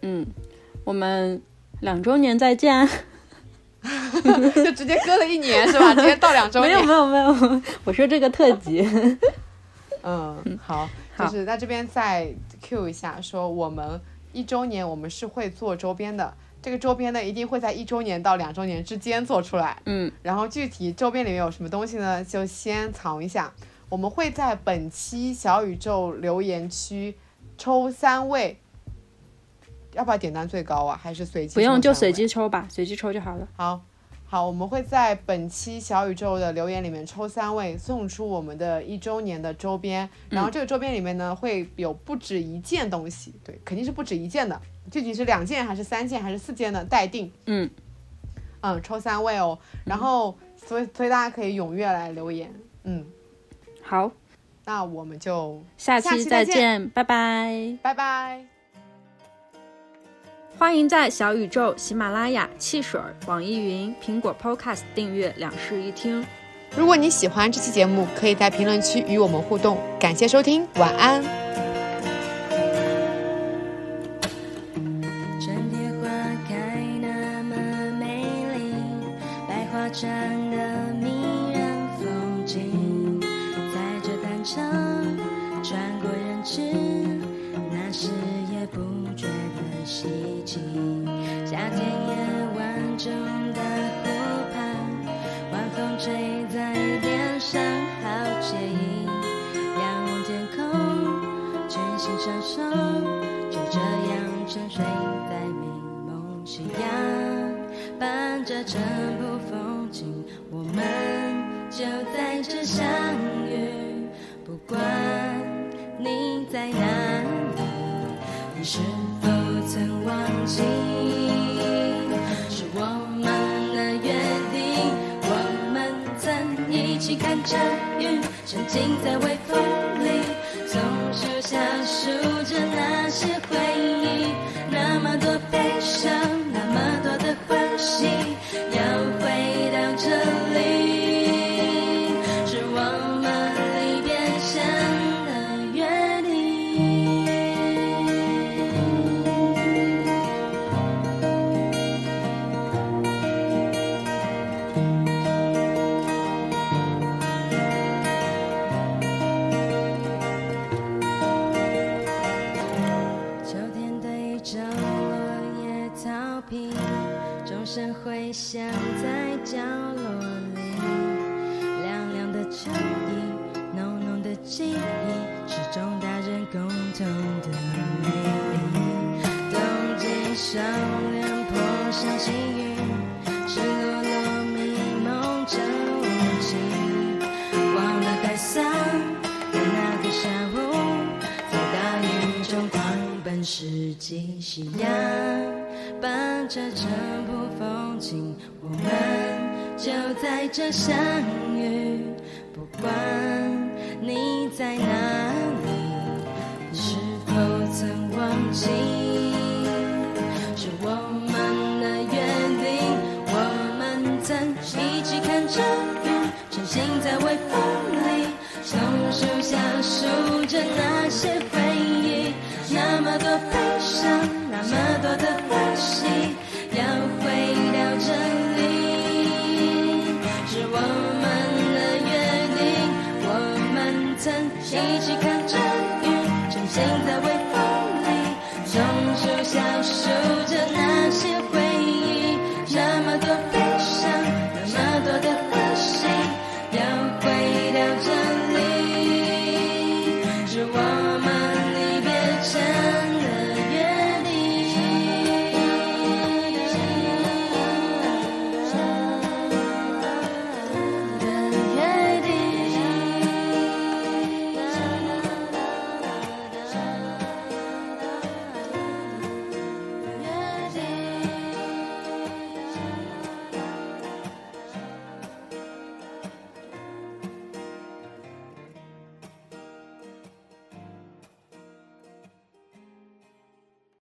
Speaker 3: 嗯，我们两周年再见。
Speaker 2: 就直接搁了一年是吧？直接到两 (laughs) 周
Speaker 3: 没有
Speaker 2: 年。
Speaker 3: 没有没有，我说这个特辑，
Speaker 2: (laughs)
Speaker 3: (laughs)
Speaker 2: 嗯，好，
Speaker 3: 好
Speaker 2: 就是在这边再 Q 一下，说我们一周年我们是会做周边的，这个周边呢一定会在一周年到两周年之间做出来。
Speaker 3: 嗯，
Speaker 2: 然后具体周边里面有什么东西呢，就先藏一下。我们会在本期小宇宙留言区抽三位，要不要点单最高啊？还是随机？
Speaker 3: (laughs) 不用就随。机抽吧，随机抽就好了。
Speaker 2: 好，好，我们会在本期小宇宙的留言里面抽三位，送出我们的一周年的周边。然后这个周边里面呢，会有不止一件东西，对，肯定是不止一件的，具体是两件还是三件还是四件呢？待定。
Speaker 3: 嗯
Speaker 2: 嗯，抽三位哦。然后，所以所以大家可以踊跃来留言。嗯，
Speaker 3: 好，
Speaker 2: 那我们就
Speaker 3: 下
Speaker 2: 下期
Speaker 3: 期
Speaker 2: 再
Speaker 3: 再
Speaker 2: 见
Speaker 3: 见，拜拜。
Speaker 2: 拜拜。
Speaker 3: 欢迎在小宇宙、喜马拉雅、汽水、网易云、苹果 Podcast 订阅“两室一厅
Speaker 2: 如果你喜欢这期节目，可以在评论区与我们互动。感谢收听，晚安。”。
Speaker 4: 春天花开那么美丽，百花绽的迷人风景。踩着单车穿过人群，那时也不觉得稀奇。夏天夜晚中的湖畔，晚风吹在脸上，好惬意。仰望天空，群星闪烁。就这样沉睡在美梦夕阳，伴着晨雾风景，我们就在这相遇。不管你在哪里，你是否曾忘记？是我们的约定，我们曾一起看着云，沉浸在微风里，松树下数着那些回忆，那么多悲伤，那么多的欢喜，要回到这里，是我们离别前的约定。秋天对着落叶草坪，钟声回响在角落里，凉凉的秋意，浓浓的记忆，是众大人共同的美丽。冬季少年坡上行云，赤裸裸迷蒙着无情。忘了带伞的那个下午，在大雨中狂奔是极夕阳，伴着晨雾风景，我们就在这相遇。不管你在哪里，你是否曾忘记？是我们的约定，我们曾一起看着云，沉浸在微风里，松树下数着那些回忆，那么多悲伤，那么多的欢喜，要回到这里，是我们的约定，我们曾一起看着云，沉浸在微风里。松树下数着那些回忆，那么多悲伤，那么多的欢喜，要回到这里，是我们